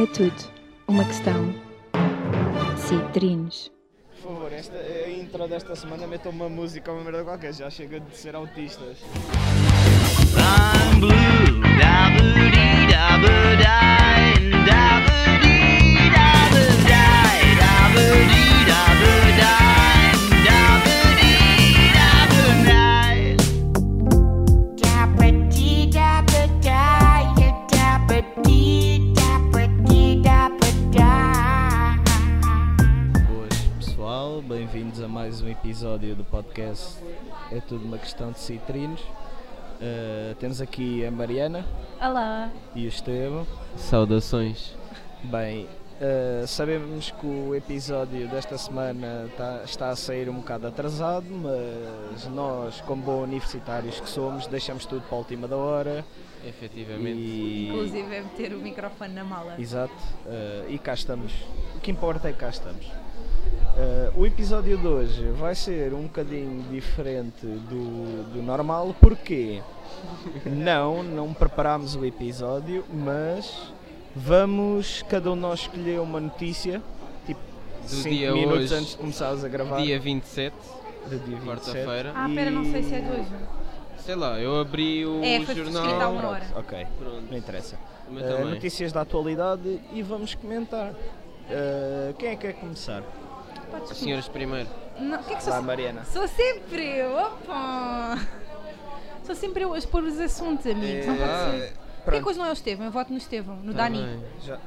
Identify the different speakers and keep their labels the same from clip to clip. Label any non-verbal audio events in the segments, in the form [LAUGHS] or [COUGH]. Speaker 1: É tudo uma questão. Citrinos.
Speaker 2: Por favor, esta, a intro desta semana metam uma música ou uma merda qualquer, já chega de ser autistas.
Speaker 3: I'm blue. Dabba-dee, dabba-dine, dabba-dee, dabba-dine, dabba-dee, dabba-dine, dabba-dee, dabba-dine.
Speaker 2: Boas pessoal, bem-vindos a mais um episódio do podcast É Tudo Uma Questão de Citrinos. Uh, temos aqui a Mariana
Speaker 1: Olá.
Speaker 2: e o Estevam.
Speaker 4: Saudações.
Speaker 2: Bem, uh, sabemos que o episódio desta semana tá- está a sair um bocado atrasado, mas nós, como bons universitários que somos, deixamos tudo para a última da hora.
Speaker 4: Efetivamente.
Speaker 2: E...
Speaker 5: Inclusive é meter o microfone na mala.
Speaker 2: Exato, eh, e cá estamos. O que importa é que cá estamos. Eh, o episódio de hoje vai ser um bocadinho diferente do, do normal,
Speaker 4: [LAUGHS]
Speaker 2: porque não, não preparámos o episódio, mas vamos cada um de nós escolher uma notícia, tipo
Speaker 4: Do
Speaker 2: 5
Speaker 4: dia
Speaker 2: minutos
Speaker 4: hoje,
Speaker 2: antes de começarmos a gravar,
Speaker 4: Dia 27,
Speaker 2: do dia 27.
Speaker 4: quarta-feira.
Speaker 5: Ah,
Speaker 2: E-
Speaker 5: pera, não sei se é de hoje.
Speaker 4: Sei lá, eu abri o
Speaker 5: É, foi escrito há
Speaker 4: jornal.
Speaker 5: uma hora.
Speaker 2: Ok,
Speaker 4: Pronto,
Speaker 2: não interessa.
Speaker 4: mas
Speaker 2: Eh,
Speaker 4: também.
Speaker 2: notícias da atualidade e vamos comentar. Eh, quem é que quer começar?
Speaker 5: Podes
Speaker 4: Senhores, primeiro.
Speaker 5: Não, o que é que sou?
Speaker 2: Lá, Mariana.
Speaker 5: Sou sempre eu, opa! Sou sempre eu a expor-vos assuntos, amigos. Não
Speaker 4: Ah, Tá
Speaker 5: pode ser. Por que que hoje não é o Estevão? Eu voto no Estevão, no Dani.
Speaker 4: Também.
Speaker 2: Já.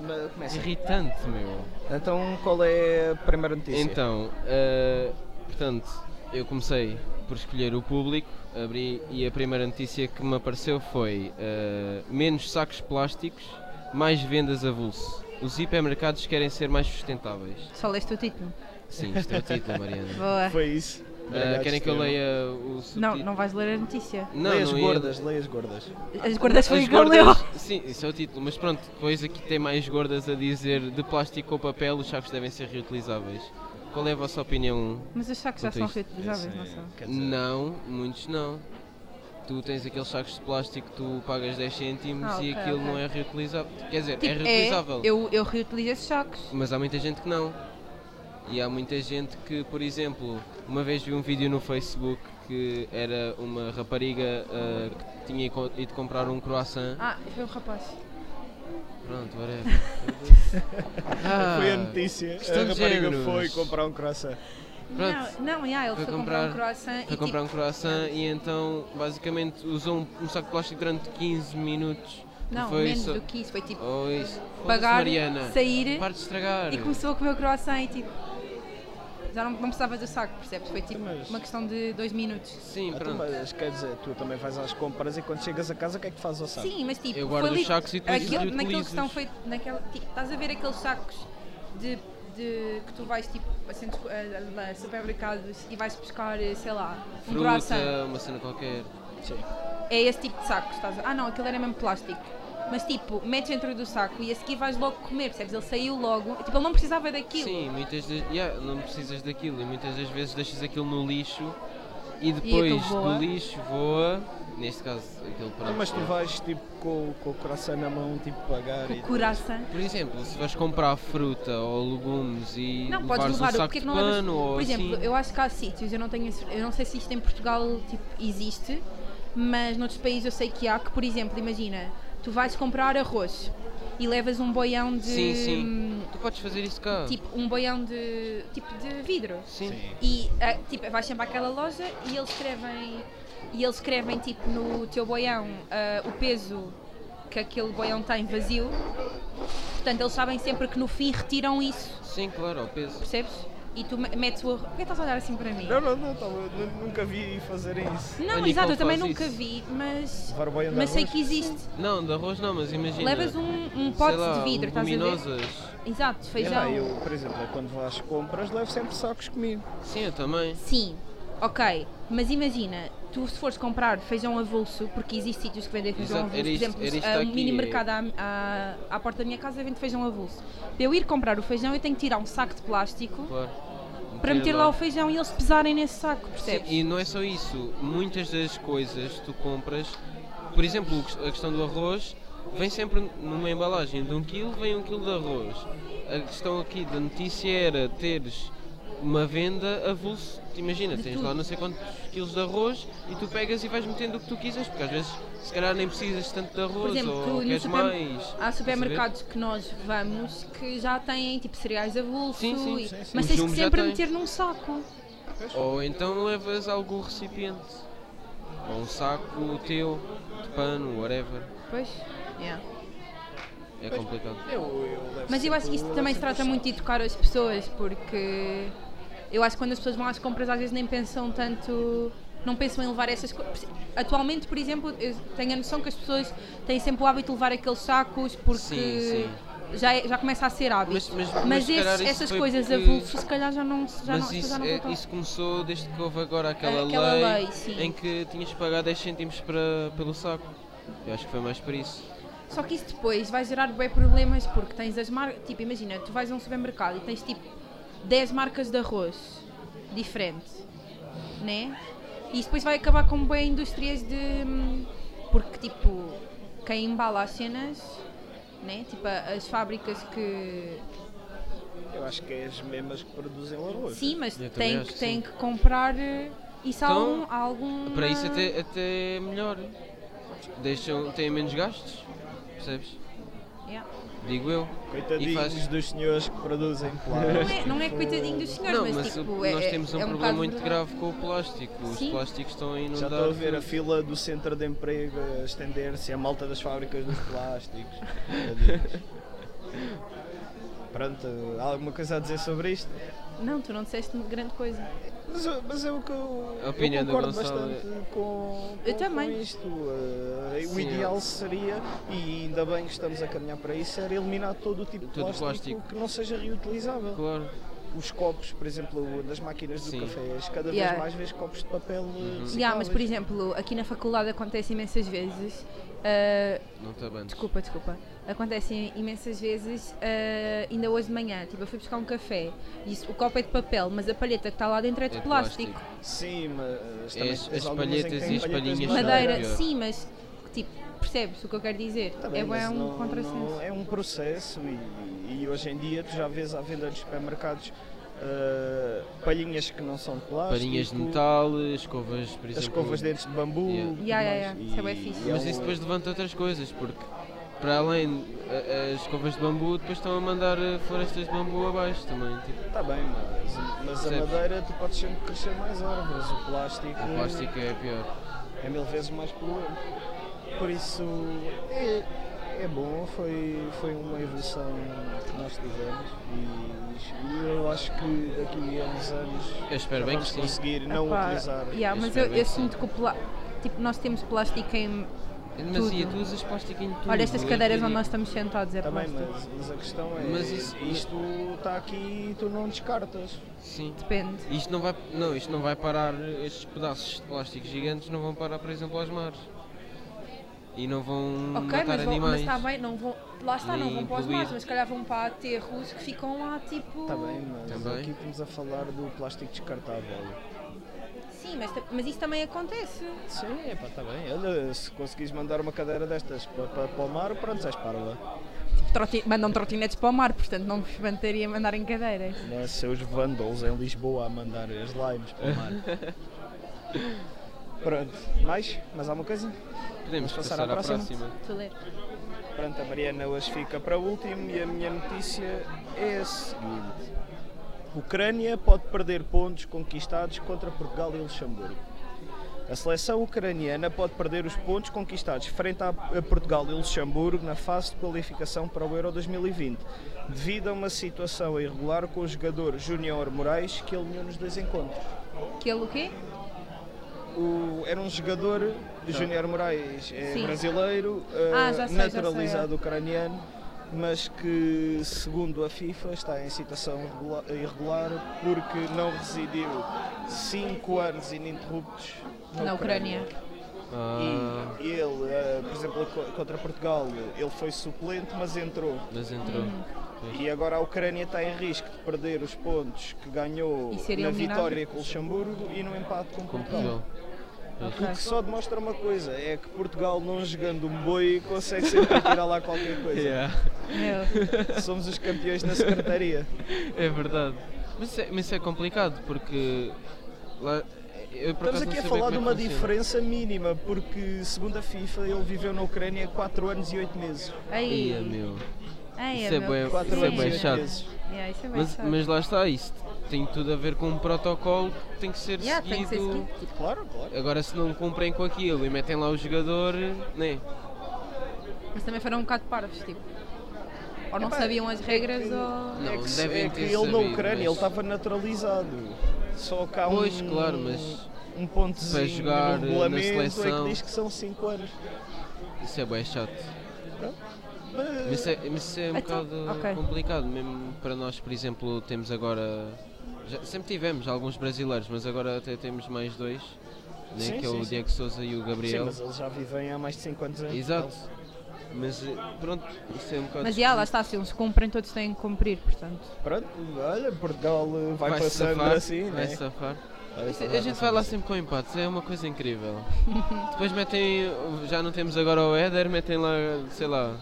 Speaker 2: Mas Começa.
Speaker 4: Irritante, meu.
Speaker 2: Então, qual é a primeira notícia?
Speaker 4: Então, eh, portanto, eu comecei por escolher o público, abri e a primeira notícia que me apareceu foi eh, menos sacos plásticos, mais vendas a vulso. Os hipermercados querem ser mais sustentáveis.
Speaker 5: Só leste o título.
Speaker 4: Sim, isto é o título, Mariana.
Speaker 5: Boa.
Speaker 2: Foi isso.
Speaker 4: Eh,
Speaker 2: Obrigado,
Speaker 4: querem que eu
Speaker 2: Estevam.
Speaker 4: leia o subtítulo?
Speaker 5: Não, não vais ler a notícia.
Speaker 4: Não,
Speaker 2: leias
Speaker 4: não ia-
Speaker 2: gordas, leias gordas.
Speaker 5: As guardas foi
Speaker 4: Ah, As
Speaker 5: o que ele leu.
Speaker 4: gordas- Sim, isso é o título, mas pronto, depois aqui tem mais gordas a dizer de plástico ou papel, os sacos devem ser reutilizáveis. Qual é a vossa opinião?
Speaker 5: Mas os sacos já
Speaker 4: Quanto
Speaker 5: são
Speaker 4: isto?
Speaker 5: reutilizáveis,
Speaker 4: é-
Speaker 5: não são?
Speaker 2: Quer dizer,
Speaker 4: Não, muitos não. Tu tens aqueles sacos de plástico que tu pagas 10 cêntimos
Speaker 5: Ah,
Speaker 4: e
Speaker 5: ok,
Speaker 4: aquilo
Speaker 5: ok.
Speaker 4: não é reutilizável. Quer dizer, é
Speaker 5: Tipo,
Speaker 4: reutilizável. Hum.
Speaker 5: eu, eu reutilizo esses sacos.
Speaker 4: Mas há muita gente que não. E há muita gente que, por exemplo, uma vez vi um vídeo no Facebook que era uma rapariga ah, que tinha ido ido comprar um croissant.
Speaker 5: Ah, foi um rapaz.
Speaker 4: Pronto, whatever.
Speaker 5: [LAUGHS]
Speaker 4: Ah,
Speaker 2: Foi a notícia.
Speaker 4: questão
Speaker 2: A
Speaker 4: de
Speaker 2: rapariga
Speaker 4: géneros.
Speaker 2: foi comprar um croissant.
Speaker 4: Pronto.
Speaker 5: Não, não, yeah, ele
Speaker 4: Foi
Speaker 5: foi, comprar
Speaker 4: comprar-
Speaker 5: um croissant
Speaker 4: Foi
Speaker 5: e tipo,
Speaker 4: comprar um croissant e então basicamente usou um, um saco de plástico durante 15 minutos.
Speaker 5: Não,
Speaker 4: foi
Speaker 5: menos
Speaker 4: só-
Speaker 5: do que isso. Foi tipo
Speaker 4: Oh, isso. Foda-se,
Speaker 5: pagar,
Speaker 4: Mariana.
Speaker 5: sair
Speaker 4: Para de estragar.
Speaker 5: e começou a comer o croissant e tipo. Já não, não precisavas do saco, percebes? Foi tipo
Speaker 2: Mas-
Speaker 5: uma questão de dois minutos.
Speaker 4: Sim,
Speaker 2: Ah, tu,
Speaker 4: pronto.
Speaker 2: mas quer dizer, tu também vais às compras e quando chegas a casa, o que é que fazes ao saco?
Speaker 5: Sim, mas tipo.
Speaker 4: Tá. Eu guardo
Speaker 5: foi
Speaker 4: os
Speaker 5: lit-
Speaker 4: sacos e depois
Speaker 5: aquele, Naquela
Speaker 4: reutilizo-os.
Speaker 5: questão foi. Naquela, tipo, estás a ver aqueles sacos de, de- que tu vais tipo a centros- a- a- a eh, supermercados e vais buscar, eh, sei lá, um croissant.
Speaker 4: Fruta, uma cena qualquer.
Speaker 2: Sim.
Speaker 5: É esse tipo de saco, estás a... Ah não, aquele era mesmo plástico. Mas tipo, metes dentro do saco e a seguir vais logo comer, percebes? Ele saiu logo. Tipo, ele não precisava daquilo.
Speaker 4: Sim, muitas das. Yeah, não precisas daquilo e muitas das vezes deixas aquilo no lixo e depois
Speaker 5: voa.
Speaker 4: do lixo voa. Neste caso, aquele para.
Speaker 2: Ah, Mas tu vais tipo com, com o croissant na mão, tipo pagar
Speaker 5: Com
Speaker 2: e.
Speaker 5: coração.
Speaker 4: Por exemplo, se vais comprar fruta ou legumes e
Speaker 5: Não,
Speaker 4: levares
Speaker 5: podes
Speaker 4: um
Speaker 5: levar.
Speaker 4: saco
Speaker 5: Porque é que
Speaker 4: de
Speaker 5: não
Speaker 4: pano
Speaker 5: levas...
Speaker 4: ou
Speaker 5: Por exemplo,
Speaker 4: assim.
Speaker 5: eu acho que há sítios, eu não tenho. cer- Eu não sei se isto em Portugal tipo, existe, mas noutros países eu sei que há que, por exemplo, imagina, tu vais comprar arroz e levas um boião de. hum,
Speaker 4: Sim, sim. Tu podes fazer isso cá.
Speaker 5: Tipo, um boião de. Tipo, de vidro.
Speaker 4: sim.
Speaker 5: E ah, tipo, vais sempre àquela loja e eles escrevem, e eles escrevem tipo, no teu boião ah, o peso que aquele boião tem vazio. Portanto, eles sabem sempre que no fim retiram isso,
Speaker 4: Sim, claro, ao peso.
Speaker 5: percebes? E tu me- metes o arroz. Por que estás a olhar assim para mim?
Speaker 2: Não, não, não, tava- nu- nunca vi fazerem isso.
Speaker 5: Não,
Speaker 4: Olha, e
Speaker 5: exato,
Speaker 4: qual
Speaker 5: eu também
Speaker 4: faz
Speaker 5: nunca
Speaker 4: isso?
Speaker 5: vi, mas,
Speaker 2: Levar o boião de
Speaker 5: mas sei
Speaker 2: arroz?
Speaker 5: que existe.
Speaker 4: Não, de arroz não, mas imagina.
Speaker 5: Levas um, um
Speaker 4: sei
Speaker 5: pote
Speaker 4: lá,
Speaker 5: de vidro, estás a ver?
Speaker 4: leguminosas.
Speaker 5: Exato, feijão.
Speaker 2: Ah, eu, por exemplo, quando vou às compras, levo sempre sacos comigo.
Speaker 4: Sim, eu também.
Speaker 5: Sim, ok, mas imagina, tu se fores comprar feijão avulso, porque existem sítios que vendem feijão
Speaker 4: Exato,
Speaker 5: avulso,
Speaker 4: era
Speaker 5: por
Speaker 4: isto-
Speaker 5: exemplo,
Speaker 4: era isto
Speaker 5: há
Speaker 4: aqui,
Speaker 5: um mini
Speaker 4: é.
Speaker 5: mercado à, à, à porta da minha casa vende feijão avulso. Para eu ir comprar o feijão, eu tenho que tirar um saco de plástico
Speaker 4: Claro.
Speaker 5: para meter lá o feijão e eles pesarem nesse saco,
Speaker 4: é Sim,
Speaker 5: percebes?
Speaker 4: e não é só isso. Muitas das coisas que tu compras, por exemplo, a questão do arroz, Vem sempre numa embalagem de um quilo, vem um quilo de arroz. A questão aqui da notícia era teres uma venda avulso. Te Imagina,
Speaker 5: De
Speaker 4: tens
Speaker 5: tudo.
Speaker 4: lá não sei quantos quilos de arroz e tu pegas e vais metendo o que tu quiseres, porque às vezes se calhar nem precisas tanto de arroz
Speaker 5: Por exemplo,
Speaker 4: ou
Speaker 5: tu no
Speaker 4: queres
Speaker 5: supermer-
Speaker 4: mais.
Speaker 5: há
Speaker 4: estás a ver?
Speaker 5: supermercados que nós vamos que já têm tipo cereais avulso,
Speaker 4: Sim, sim,
Speaker 5: e-
Speaker 4: sim, sim.
Speaker 5: mas
Speaker 4: O
Speaker 5: tens que
Speaker 4: sumo já
Speaker 5: sempre
Speaker 4: tem.
Speaker 5: meter num saco.
Speaker 4: Ou então levas algum recipiente. Ou um saco teu, de pano, whatever.
Speaker 5: Pois. Yeah.
Speaker 4: É complicado.
Speaker 2: Eu, eu levo
Speaker 5: Mas eu acho que
Speaker 2: sempre
Speaker 5: isso
Speaker 2: o-
Speaker 5: também se
Speaker 2: sempre o
Speaker 5: trata muito de educar as pessoas, porque eu acho que quando as pessoas vão às compras às vezes nem pensam tanto, não pensam em levar essas coisas. Atualmente, por exemplo, eu tenho a noção que as pessoas têm sempre o hábito de levar aqueles sacos porque
Speaker 4: Sim, sim.
Speaker 5: Já, é- já começa a ser hábito.
Speaker 4: Mas- mas-
Speaker 5: Mas
Speaker 4: mas se
Speaker 5: esses-
Speaker 4: calhar isso
Speaker 5: essas
Speaker 4: foi
Speaker 5: coisas
Speaker 4: porque-
Speaker 5: avulso se calhar já não, já
Speaker 4: Mas
Speaker 5: não,
Speaker 4: isso,
Speaker 5: já não
Speaker 4: é-
Speaker 5: voltam.
Speaker 4: isso começou desde que houve agora aquela,
Speaker 5: Aquela lei, sim.
Speaker 4: em que tinhas que pagar 10 cêntimos para, pelo saco. Eu acho que foi mais por isso.
Speaker 5: Só que isso depois vai gerar bem problemas porque tens as marcas. Tipo, imagina, tu vais a um supermercado e tens tipo 10 marcas de arroz diferentes, né? E isso depois vai acabar com bem indústrias de. hum, Porque, tipo, quem embala as cenas, né? Tipo, a- as fábricas que.
Speaker 2: Eu acho que é as mesmas que produzem o arroz.
Speaker 5: Sim, mas
Speaker 4: Eu também
Speaker 5: têm
Speaker 4: acho
Speaker 5: que,
Speaker 4: que
Speaker 5: têm
Speaker 4: sim.
Speaker 5: que comprar eh, isso a
Speaker 4: Então,
Speaker 5: algum. eh, a alguma-
Speaker 4: Para isso
Speaker 5: Ah.
Speaker 4: até, até é melhor. Deixam, têm menos gastos, percebes?
Speaker 5: Yeah.
Speaker 4: Digo eu.
Speaker 2: Coitadinhos
Speaker 4: E faz-
Speaker 2: dos senhores que produzem
Speaker 5: Não é,
Speaker 2: plástico.
Speaker 5: não é coitadinho dos senhores,
Speaker 4: não,
Speaker 5: mas,
Speaker 4: mas
Speaker 5: tipo,
Speaker 4: o-
Speaker 5: é,
Speaker 4: nós
Speaker 5: é-
Speaker 4: temos um,
Speaker 5: é um
Speaker 4: problema
Speaker 5: bocado
Speaker 4: muito
Speaker 5: verdade.
Speaker 4: grave com o plástico. Os
Speaker 5: Sim.
Speaker 4: plásticos estão a
Speaker 2: Já
Speaker 4: inundar.
Speaker 2: estou a ver a
Speaker 4: tudo.
Speaker 2: fila do centro de emprego a estender-se, a malta das fábricas dos plásticos.
Speaker 4: [LAUGHS]
Speaker 2: Coitadinhos. Pronto, há alguma coisa a dizer sobre isto?
Speaker 5: Não, tu não disseste grande coisa.
Speaker 2: Mas, eu- mas é o que eu,
Speaker 4: A
Speaker 2: eu
Speaker 4: opinião do
Speaker 2: concordo
Speaker 4: Gonçalo é-
Speaker 2: bastante com,
Speaker 5: Eu
Speaker 2: com-
Speaker 5: também.
Speaker 2: com isto. Eh, o
Speaker 4: Sim,
Speaker 2: ideal
Speaker 4: eu-
Speaker 2: seria, e ainda bem que estamos a caminhar para isso, era eliminar todo o tipo de
Speaker 4: Todo o
Speaker 2: plástico,
Speaker 4: plástico.
Speaker 2: que não seja reutilizável.
Speaker 4: Claro.
Speaker 2: Os copos, por exemplo, das máquinas do
Speaker 4: Sim.
Speaker 2: café, cada
Speaker 5: Yeah.
Speaker 2: vez mais vês copos de papel uhum.
Speaker 5: Yeah, mas por exemplo, aqui na faculdade acontece imensas vezes. ah,
Speaker 4: Não está bem.
Speaker 5: desculpa, desculpa. Acontecem imensas vezes, ah, ainda hoje de manhã. Tipo, eu fui buscar um café e isso- o copo é de papel, mas a palheta que está lá dentro é de,
Speaker 4: É de
Speaker 5: plástico.
Speaker 4: plástico.
Speaker 2: Sim, mas eh,
Speaker 4: É
Speaker 2: também
Speaker 4: as-
Speaker 2: tens
Speaker 4: as
Speaker 2: algumas em que
Speaker 4: palhetas
Speaker 2: têm
Speaker 4: e
Speaker 2: palhetas
Speaker 4: as
Speaker 2: de
Speaker 4: palhinhas de
Speaker 5: Madeira,
Speaker 4: Madeira.
Speaker 5: sim, mas tipo, percebes o que eu quero dizer?
Speaker 2: Tá
Speaker 5: é
Speaker 2: bem,
Speaker 5: bué
Speaker 2: mas
Speaker 5: um
Speaker 2: não-
Speaker 5: contrassenso.
Speaker 2: não- É um processo e, e hoje em dia tu já vês à venda dos supermercados ah, palhinhas que não são de plástico.
Speaker 4: Farinhas de metal, escovas, por exemplo.
Speaker 2: As escovas de dentes de bambu.
Speaker 4: Yeah.
Speaker 2: tudo
Speaker 5: Yeah, yeah,
Speaker 2: mais.
Speaker 5: yeah. Isso é bué
Speaker 2: E-
Speaker 5: fixe.
Speaker 2: e é
Speaker 4: Mas
Speaker 2: um-
Speaker 4: isso depois levanta outras coisas, porque para além a- as escovas de bambu, depois estão a mandar eh, florestas de bambu abaixo também. Tipo,
Speaker 2: Tá bem, mas, mas a
Speaker 4: Percebes?
Speaker 2: madeira tu podes sempre crescer mais árvores. O plástico,
Speaker 4: o plástico é pior.
Speaker 2: é mil vezes mais poluente. Por isso é, é bom, foi, foi uma evolução que nós tivemos e, e eu acho que daqui a uns anos
Speaker 4: Eu espero
Speaker 2: já
Speaker 4: bem que
Speaker 2: vamos
Speaker 4: sim.
Speaker 2: conseguir não
Speaker 5: Epá,
Speaker 2: utilizar.
Speaker 5: yeah,
Speaker 4: Eu
Speaker 5: mas eu,
Speaker 4: espero
Speaker 5: eu
Speaker 4: bem que
Speaker 5: sinto que o pla- tipo, nós temos plástico em.
Speaker 4: Mas e
Speaker 5: Tudo.
Speaker 4: tu usas plástico em tudo.
Speaker 5: Olha, estas
Speaker 4: é
Speaker 5: cadeiras onde
Speaker 4: ridículo.
Speaker 5: nós estamos sentados é
Speaker 2: né? Tá bem,
Speaker 5: plástico.
Speaker 2: mas, mas a questão é,
Speaker 4: Mas isso-
Speaker 2: isto está aqui e tu não descartas.
Speaker 4: Sim.
Speaker 5: Depende.
Speaker 4: Isto não vai, não, isto não vai parar, estes pedaços de plástico gigantes não vão parar, por exemplo, aos mares. E não vão
Speaker 5: Ok,
Speaker 4: um matar
Speaker 5: mas, vão, mas
Speaker 4: animais.
Speaker 5: está bem, não vão, lá está, não
Speaker 4: Nem
Speaker 5: vão para os
Speaker 4: poluir.
Speaker 5: mares, mas se calhar vão para aterros que ficam lá tipo.
Speaker 4: Tá
Speaker 2: Está Tá bem, mas
Speaker 4: Também.
Speaker 2: aqui estamos a falar do plástico descartável.
Speaker 5: Sim, mas, ta- mas isso também acontece.
Speaker 2: Sim, é pá, está bem. Olha, se conseguires mandar uma cadeira destas para, para, para o mar, pronto, és parva.
Speaker 5: Tipo, troti- mandam trotinetes para o mar, portanto não vos mandaria mandar em cadeiras.
Speaker 2: Né, seus vândalos em Lisboa a mandar as limes para o mar. Pronto, mais? Mais alguma coisa? Vamos
Speaker 4: Podemos
Speaker 2: passar
Speaker 4: passar à
Speaker 2: à próxima?
Speaker 4: próxima.
Speaker 5: Tu lê.
Speaker 2: Pronto, a Mariana hoje fica para o último e a minha notícia é a seguinte. Ucrânia pode perder pontos conquistados contra Portugal e Luxemburgo. A seleção ucraniana pode perder os pontos conquistados frente a a Portugal e Luxemburgo na fase de qualificação para o Euro 2020, devido a uma situação irregular com o jogador Júnior Moraes, que eliminou nos dois encontros.
Speaker 5: Aquele o quê?
Speaker 2: O- era um jogador de Júnior Moraes, é
Speaker 5: Tá. Sim.
Speaker 2: brasileiro, eh,
Speaker 5: Ah, já sei, já sei.
Speaker 2: naturalizado ucraniano, mas que, segundo a FIFA, está em situação regula- irregular porque não residiu 5 anos ininterruptos na,
Speaker 5: Na Ucrânia.
Speaker 4: Ah,
Speaker 2: E ele, eh, por exemplo, co- contra Portugal, ele foi suplente, mas entrou.
Speaker 4: mas entrou.
Speaker 5: Hum.
Speaker 2: E agora a Ucrânia está em risco de perder os pontos que ganhou
Speaker 5: E ser
Speaker 2: na
Speaker 5: eliminado.
Speaker 2: vitória com o Luxemburgo e no empate com
Speaker 4: Com
Speaker 2: Portugal.
Speaker 4: Portugal.
Speaker 5: Ok.
Speaker 2: O que só demonstra uma coisa, é que Portugal não jogando um boi consegue sempre tirar lá qualquer [LAUGHS] coisa.
Speaker 4: Yeah.
Speaker 5: [LAUGHS] Meu.
Speaker 2: Somos os campeões na secretaria.
Speaker 4: É verdade. Mas isso é, mas isso é complicado porque lá. Eu, por
Speaker 2: Estamos
Speaker 4: acaso,
Speaker 2: aqui
Speaker 4: não sei
Speaker 2: a
Speaker 4: bem
Speaker 2: falar
Speaker 4: como é
Speaker 2: de
Speaker 4: que
Speaker 2: uma
Speaker 4: funciona.
Speaker 2: diferença mínima, porque segundo a FIFA ele viveu na Ucrânia 4 anos e 8 meses.
Speaker 5: Aí.
Speaker 4: Ia, meu.
Speaker 5: Ai,
Speaker 4: Isso é
Speaker 5: meu.
Speaker 4: bué- isso
Speaker 2: Quatro
Speaker 4: é
Speaker 2: anos
Speaker 4: bué
Speaker 2: e oito
Speaker 4: chato.
Speaker 2: meses.
Speaker 5: Yeah, isso é bué
Speaker 4: Mas,
Speaker 5: chato.
Speaker 4: mas lá está, isso tem tudo a ver com um protocolo que tem que ser
Speaker 5: Yeah, tem que ser
Speaker 4: seguido.
Speaker 5: seguido.
Speaker 2: Claro, claro.
Speaker 4: Agora se não cumprem com aquilo e metem lá o jogador, né?
Speaker 5: Mas também foram um bocado parvos, tipo. Ou não
Speaker 2: Epá,
Speaker 5: sabiam as regras ou.
Speaker 4: Não,
Speaker 2: é que, se-
Speaker 4: devem
Speaker 2: é que
Speaker 4: ter
Speaker 2: ele na
Speaker 4: sabido,
Speaker 2: Ucrânia
Speaker 4: mas-
Speaker 2: ele estava naturalizado. Só que há tá um,
Speaker 4: Pois, claro, mas
Speaker 2: um pontozinho
Speaker 4: para jogar, eh,
Speaker 2: no
Speaker 4: na
Speaker 2: regulamento é
Speaker 4: seleção-
Speaker 2: que diz que são 5 anos.
Speaker 4: Isso é bem chato. Mas
Speaker 2: Mas,
Speaker 4: isso é, mas isso é um
Speaker 5: Então,
Speaker 4: bocado
Speaker 5: ok.
Speaker 4: complicado, mesmo para nós, por exemplo, temos agora. já- sempre tivemos alguns brasileiros, mas agora até temos mais dois, né,
Speaker 2: Sim,
Speaker 4: que é o
Speaker 2: sim, sim.
Speaker 4: Diego Souza e o
Speaker 2: sim,
Speaker 4: Gabriel.
Speaker 2: mas eles já vivem há mais de 5 anos. Então,
Speaker 4: Exato. Mas eh, pronto, isso é um bocado.
Speaker 5: Mas já, lá está, se uns cumprem, todos têm que cumprir, portanto.
Speaker 2: Pronto, olha, Portugal eh, vai,
Speaker 4: Vai-se
Speaker 2: passando
Speaker 4: safar,
Speaker 2: assim,
Speaker 4: vai
Speaker 2: né? Vai
Speaker 4: safar. Isso- é,
Speaker 2: passando
Speaker 4: A gente vai lá sempre com empates, é uma coisa incrível.
Speaker 2: [LAUGHS]
Speaker 4: Depois metem, já não temos agora o Éder, metem lá, sei lá,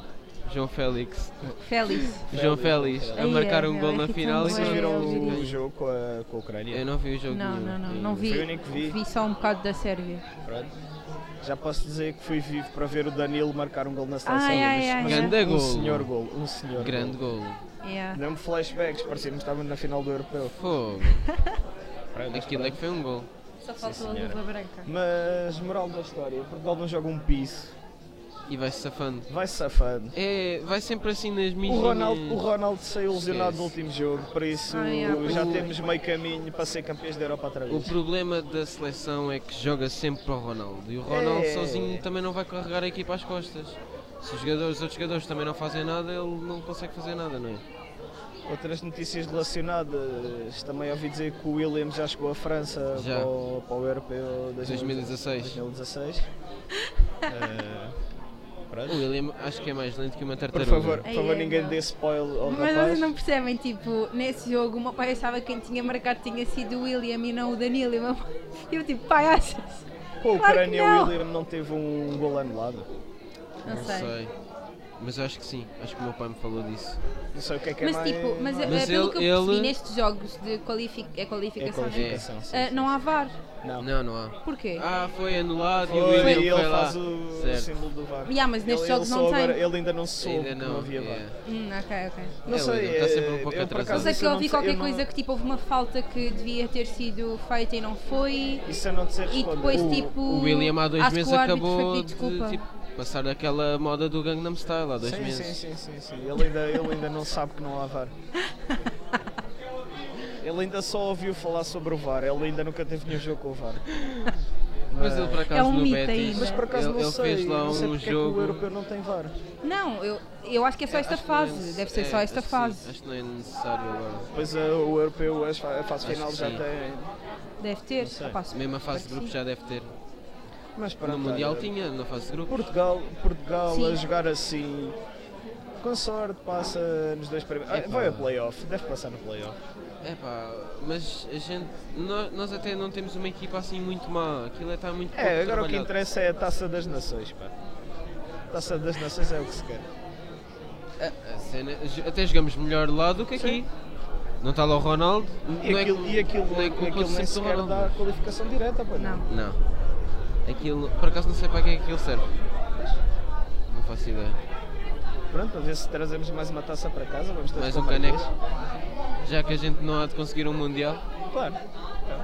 Speaker 4: João Félix.
Speaker 5: Félix.
Speaker 4: João Félix a
Speaker 5: Ai,
Speaker 4: marcar
Speaker 5: é,
Speaker 4: um
Speaker 5: meu,
Speaker 4: gol
Speaker 5: é
Speaker 4: na
Speaker 5: que
Speaker 4: final.
Speaker 5: tão
Speaker 4: e
Speaker 5: bué.
Speaker 2: Vocês viram
Speaker 5: eu
Speaker 2: o
Speaker 5: diria.
Speaker 2: jogo com a, com a Ucrânia?
Speaker 4: Eu não vi o jogo
Speaker 5: Não,
Speaker 4: nenhum.
Speaker 5: não, não,
Speaker 4: Eu-
Speaker 5: não vi.
Speaker 2: Foi o único que vi.
Speaker 5: Vi só um bocado da Sérvia.
Speaker 2: Pronto. Já posso dizer que fui vivo para ver o Danilo marcar um gol na seleção.
Speaker 5: Ai, ai,
Speaker 2: mas-
Speaker 5: ai,
Speaker 2: mas
Speaker 5: ai.
Speaker 4: Grande
Speaker 2: um
Speaker 4: golo.
Speaker 2: senhor gol, um senhor
Speaker 4: Grande
Speaker 2: golo.
Speaker 4: gol.
Speaker 5: Yeah.
Speaker 2: Deu-me flashbacks, parecia que estávamos na final do Europeu.
Speaker 4: Fogo.
Speaker 2: Pronto,
Speaker 4: Aquilo é que foi um gol.
Speaker 5: Só faltou a
Speaker 2: senhora.
Speaker 5: luva branca.
Speaker 2: Mas, moral da história, Portugal não joga um piso,
Speaker 4: E vai-se safando.
Speaker 2: vai safando.
Speaker 4: É, vai sempre assim nas
Speaker 2: O
Speaker 4: minhas.
Speaker 2: Ronaldo, o Ronaldo saiu lesionado
Speaker 4: Esquece.
Speaker 2: no último jogo, por isso
Speaker 5: Ai, é ai,
Speaker 2: já
Speaker 4: pois.
Speaker 2: temos meio caminho para ser campeões da Europa outra
Speaker 4: O
Speaker 2: vez.
Speaker 4: problema da seleção é que joga sempre para o Ronaldo e o Ronaldo
Speaker 2: É.
Speaker 4: sozinho também não vai carregar a equipa às costas. Se os, jogadores, os outros jogadores também não fazem nada, ele não consegue fazer nada, não é?
Speaker 2: Outras notícias relacionadas, também ouvi dizer que o William já chegou à França
Speaker 4: Já.
Speaker 2: Para, o, para o Europeu
Speaker 4: 2016.
Speaker 2: 2016. Eh,
Speaker 4: O William acho que é mais lento que uma
Speaker 2: Por
Speaker 4: tartaruga.
Speaker 2: favor, por
Speaker 5: Ai,
Speaker 2: favor
Speaker 5: ai,
Speaker 2: ninguém
Speaker 5: não.
Speaker 2: dê spoiler ao
Speaker 5: Mas
Speaker 2: rapaz.
Speaker 5: vocês não percebem, tipo, nesse jogo o meu pai achava que quem tinha marcado tinha sido o William e não o Danilo. E o meu pai- [LAUGHS] eu tipo, pai, achas?
Speaker 2: Com a
Speaker 5: Claro que
Speaker 2: Ucrânia,
Speaker 5: não.
Speaker 2: o William não teve um gol anulado.
Speaker 5: Não sei.
Speaker 4: Mas acho que sim, acho que o meu pai me falou disso.
Speaker 2: Não sei o que é que é
Speaker 5: Mas
Speaker 2: mais...
Speaker 5: tipo, mas, eh,
Speaker 4: Mas
Speaker 5: pelo
Speaker 4: ele-
Speaker 5: que eu percebi
Speaker 4: ele-
Speaker 5: nestes jogos de qualific... é
Speaker 2: É
Speaker 5: qualificação, né?
Speaker 2: qualificação, sim,
Speaker 5: Eh,
Speaker 2: sim.
Speaker 5: não há VAR.
Speaker 2: Não.
Speaker 4: Não, não há.
Speaker 5: Porquê?
Speaker 4: Ah, foi anulado e o
Speaker 2: Foi,
Speaker 4: William
Speaker 2: e
Speaker 4: foi
Speaker 2: ele
Speaker 4: lá.
Speaker 2: faz o
Speaker 4: Certo.
Speaker 2: símbolo do VAR.
Speaker 5: Yeah, mas nestes
Speaker 2: ele, ele
Speaker 5: jogos
Speaker 2: só
Speaker 5: não tem.
Speaker 2: Agora, ele ainda não soube
Speaker 4: Ainda
Speaker 2: que não
Speaker 4: não. É.
Speaker 2: havia VAR.
Speaker 4: yeah.
Speaker 5: Hum, ok, ok.
Speaker 2: Não
Speaker 4: É,
Speaker 2: sei,
Speaker 4: ele está sempre um
Speaker 2: eh,
Speaker 4: pouco
Speaker 2: eu, por
Speaker 4: atrasado.
Speaker 2: acaso,
Speaker 5: Mas é
Speaker 2: isso
Speaker 5: que eu
Speaker 2: não
Speaker 5: ouvi
Speaker 2: sei-
Speaker 5: qualquer
Speaker 2: não-
Speaker 5: coisa que tipo, houve uma falta que devia ter sido feita e não foi.
Speaker 2: Isso eu não Uh, te sei
Speaker 5: E
Speaker 2: responder.
Speaker 5: depois
Speaker 2: O-
Speaker 5: tipo.
Speaker 4: O William há dois
Speaker 5: acho que
Speaker 4: meses
Speaker 5: o árbitro
Speaker 4: acabou
Speaker 5: foi pedir
Speaker 4: de
Speaker 5: desculpa.
Speaker 4: tipo, passar daquela moda do Gangnam Style há dois
Speaker 2: sim,
Speaker 4: meses.
Speaker 2: sim, sim, sim, sim. Ele ainda, ele ainda não sabe que não há
Speaker 4: [LAUGHS]
Speaker 2: VAR. Ele ainda só ouviu falar sobre o VAR, ele ainda nunca teve nenhum jogo com o VAR.
Speaker 4: Mas ele por acaso
Speaker 5: um
Speaker 4: no
Speaker 5: mito
Speaker 4: Betis,
Speaker 5: ainda.
Speaker 2: Mas por acaso
Speaker 4: ele,
Speaker 2: não
Speaker 4: ele
Speaker 2: sei,
Speaker 4: fez lá
Speaker 2: não sei
Speaker 4: um
Speaker 2: porque é que
Speaker 4: jogo.
Speaker 2: o europeu não tem VAR.
Speaker 5: Não, eu, eu acho que é só esta
Speaker 4: Acho que não é
Speaker 5: fase.
Speaker 4: nece-
Speaker 5: Deve ser
Speaker 4: é,
Speaker 5: só esta
Speaker 4: acho que sim,
Speaker 5: fase.
Speaker 4: Acho que não é necessário agora.
Speaker 2: Pois eh, o europeu, as fa- a fase
Speaker 4: Acho
Speaker 2: final
Speaker 4: que
Speaker 2: já
Speaker 4: sim.
Speaker 2: tem.
Speaker 5: Deve ter.
Speaker 2: sei.
Speaker 5: Opa, se-
Speaker 4: Mesmo a fase de
Speaker 5: Acho que
Speaker 4: grupo
Speaker 5: sim.
Speaker 4: já deve ter.
Speaker 2: Mas para
Speaker 4: No Mundial tinha, na fase de grupo.
Speaker 2: Portugal, Portugal
Speaker 5: Sim.
Speaker 2: a jogar assim, com sorte, passa nos dois primeiros. Ah,
Speaker 4: Epá.
Speaker 2: vai a playoff, deve passar no playoff.
Speaker 4: É pá, mas a gente. nó- Nós, até não temos uma equipa assim muito má. Aquilo está muito.
Speaker 2: É,
Speaker 4: pouco
Speaker 2: agora o que
Speaker 4: trabalhado.
Speaker 2: interessa é a taça das nações, pá. Taça das nações é o que se quer.
Speaker 4: A- a cena- jo- até jogamos melhor lá do que aqui. Não está lá o Ronaldo.
Speaker 2: E
Speaker 4: não é
Speaker 2: aquilo,
Speaker 4: cu-
Speaker 2: e aquilo,
Speaker 4: não é culpa
Speaker 2: aquilo nem
Speaker 4: sempre do
Speaker 2: sequer
Speaker 4: Ronaldo.
Speaker 2: dá qualificação direta, pá.
Speaker 5: Não.
Speaker 4: Não. Aquilo. Por acaso não sei para que é que aquilo serve. Não faço ideia.
Speaker 2: Pronto, a ver se trazemos mais uma taça para casa, vamos ter
Speaker 4: Mais
Speaker 2: de
Speaker 4: um
Speaker 2: comprar
Speaker 4: caneco.
Speaker 2: três.
Speaker 4: Já que a gente não há de conseguir um Mundial.
Speaker 2: Claro. Então.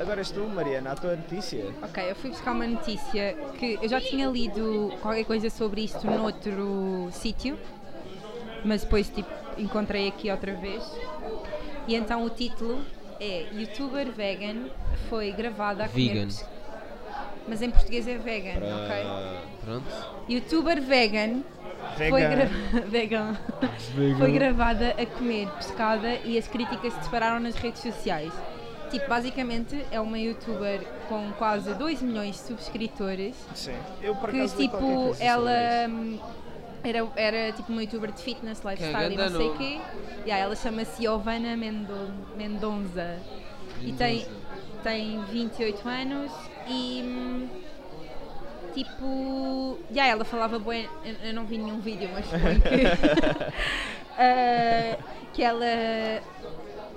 Speaker 2: Agora és tu, Mariana, a tua notícia.
Speaker 5: Ok, eu fui buscar uma notícia que eu já tinha lido qualquer coisa sobre isto noutro sítio, mas depois tipo, encontrei aqui outra vez. E então o título é Youtuber Vegan foi gravada a comer
Speaker 4: Vegan.
Speaker 5: pes- Mas em português é vegan, ok?
Speaker 4: Pronto.
Speaker 5: Youtuber vegan foi,
Speaker 2: Vegan.
Speaker 5: gra- [LAUGHS] vegan. foi gravada a comer pescada e as críticas se dispararam nas redes sociais. Tipo, basicamente é uma youtuber com quase 2 milhões de subscritores
Speaker 2: Sim. Eu por
Speaker 5: que
Speaker 2: acaso li qualquer coisa
Speaker 5: tipo
Speaker 2: sobre isso.
Speaker 5: ela
Speaker 2: é
Speaker 5: hum, era, era tipo uma youtuber de fitness, lifestyle e
Speaker 4: ganda
Speaker 5: não sei o
Speaker 4: nome.
Speaker 5: quê. Yeah, ela chama-se Giovanna Mendo- Mendonça e tem, tem 28 anos E hum, tipo. Já ela falava bem. Eu, eu não vi nenhum vídeo,
Speaker 2: [LAUGHS]
Speaker 5: mas suponho que. [LAUGHS] Ah, que ela.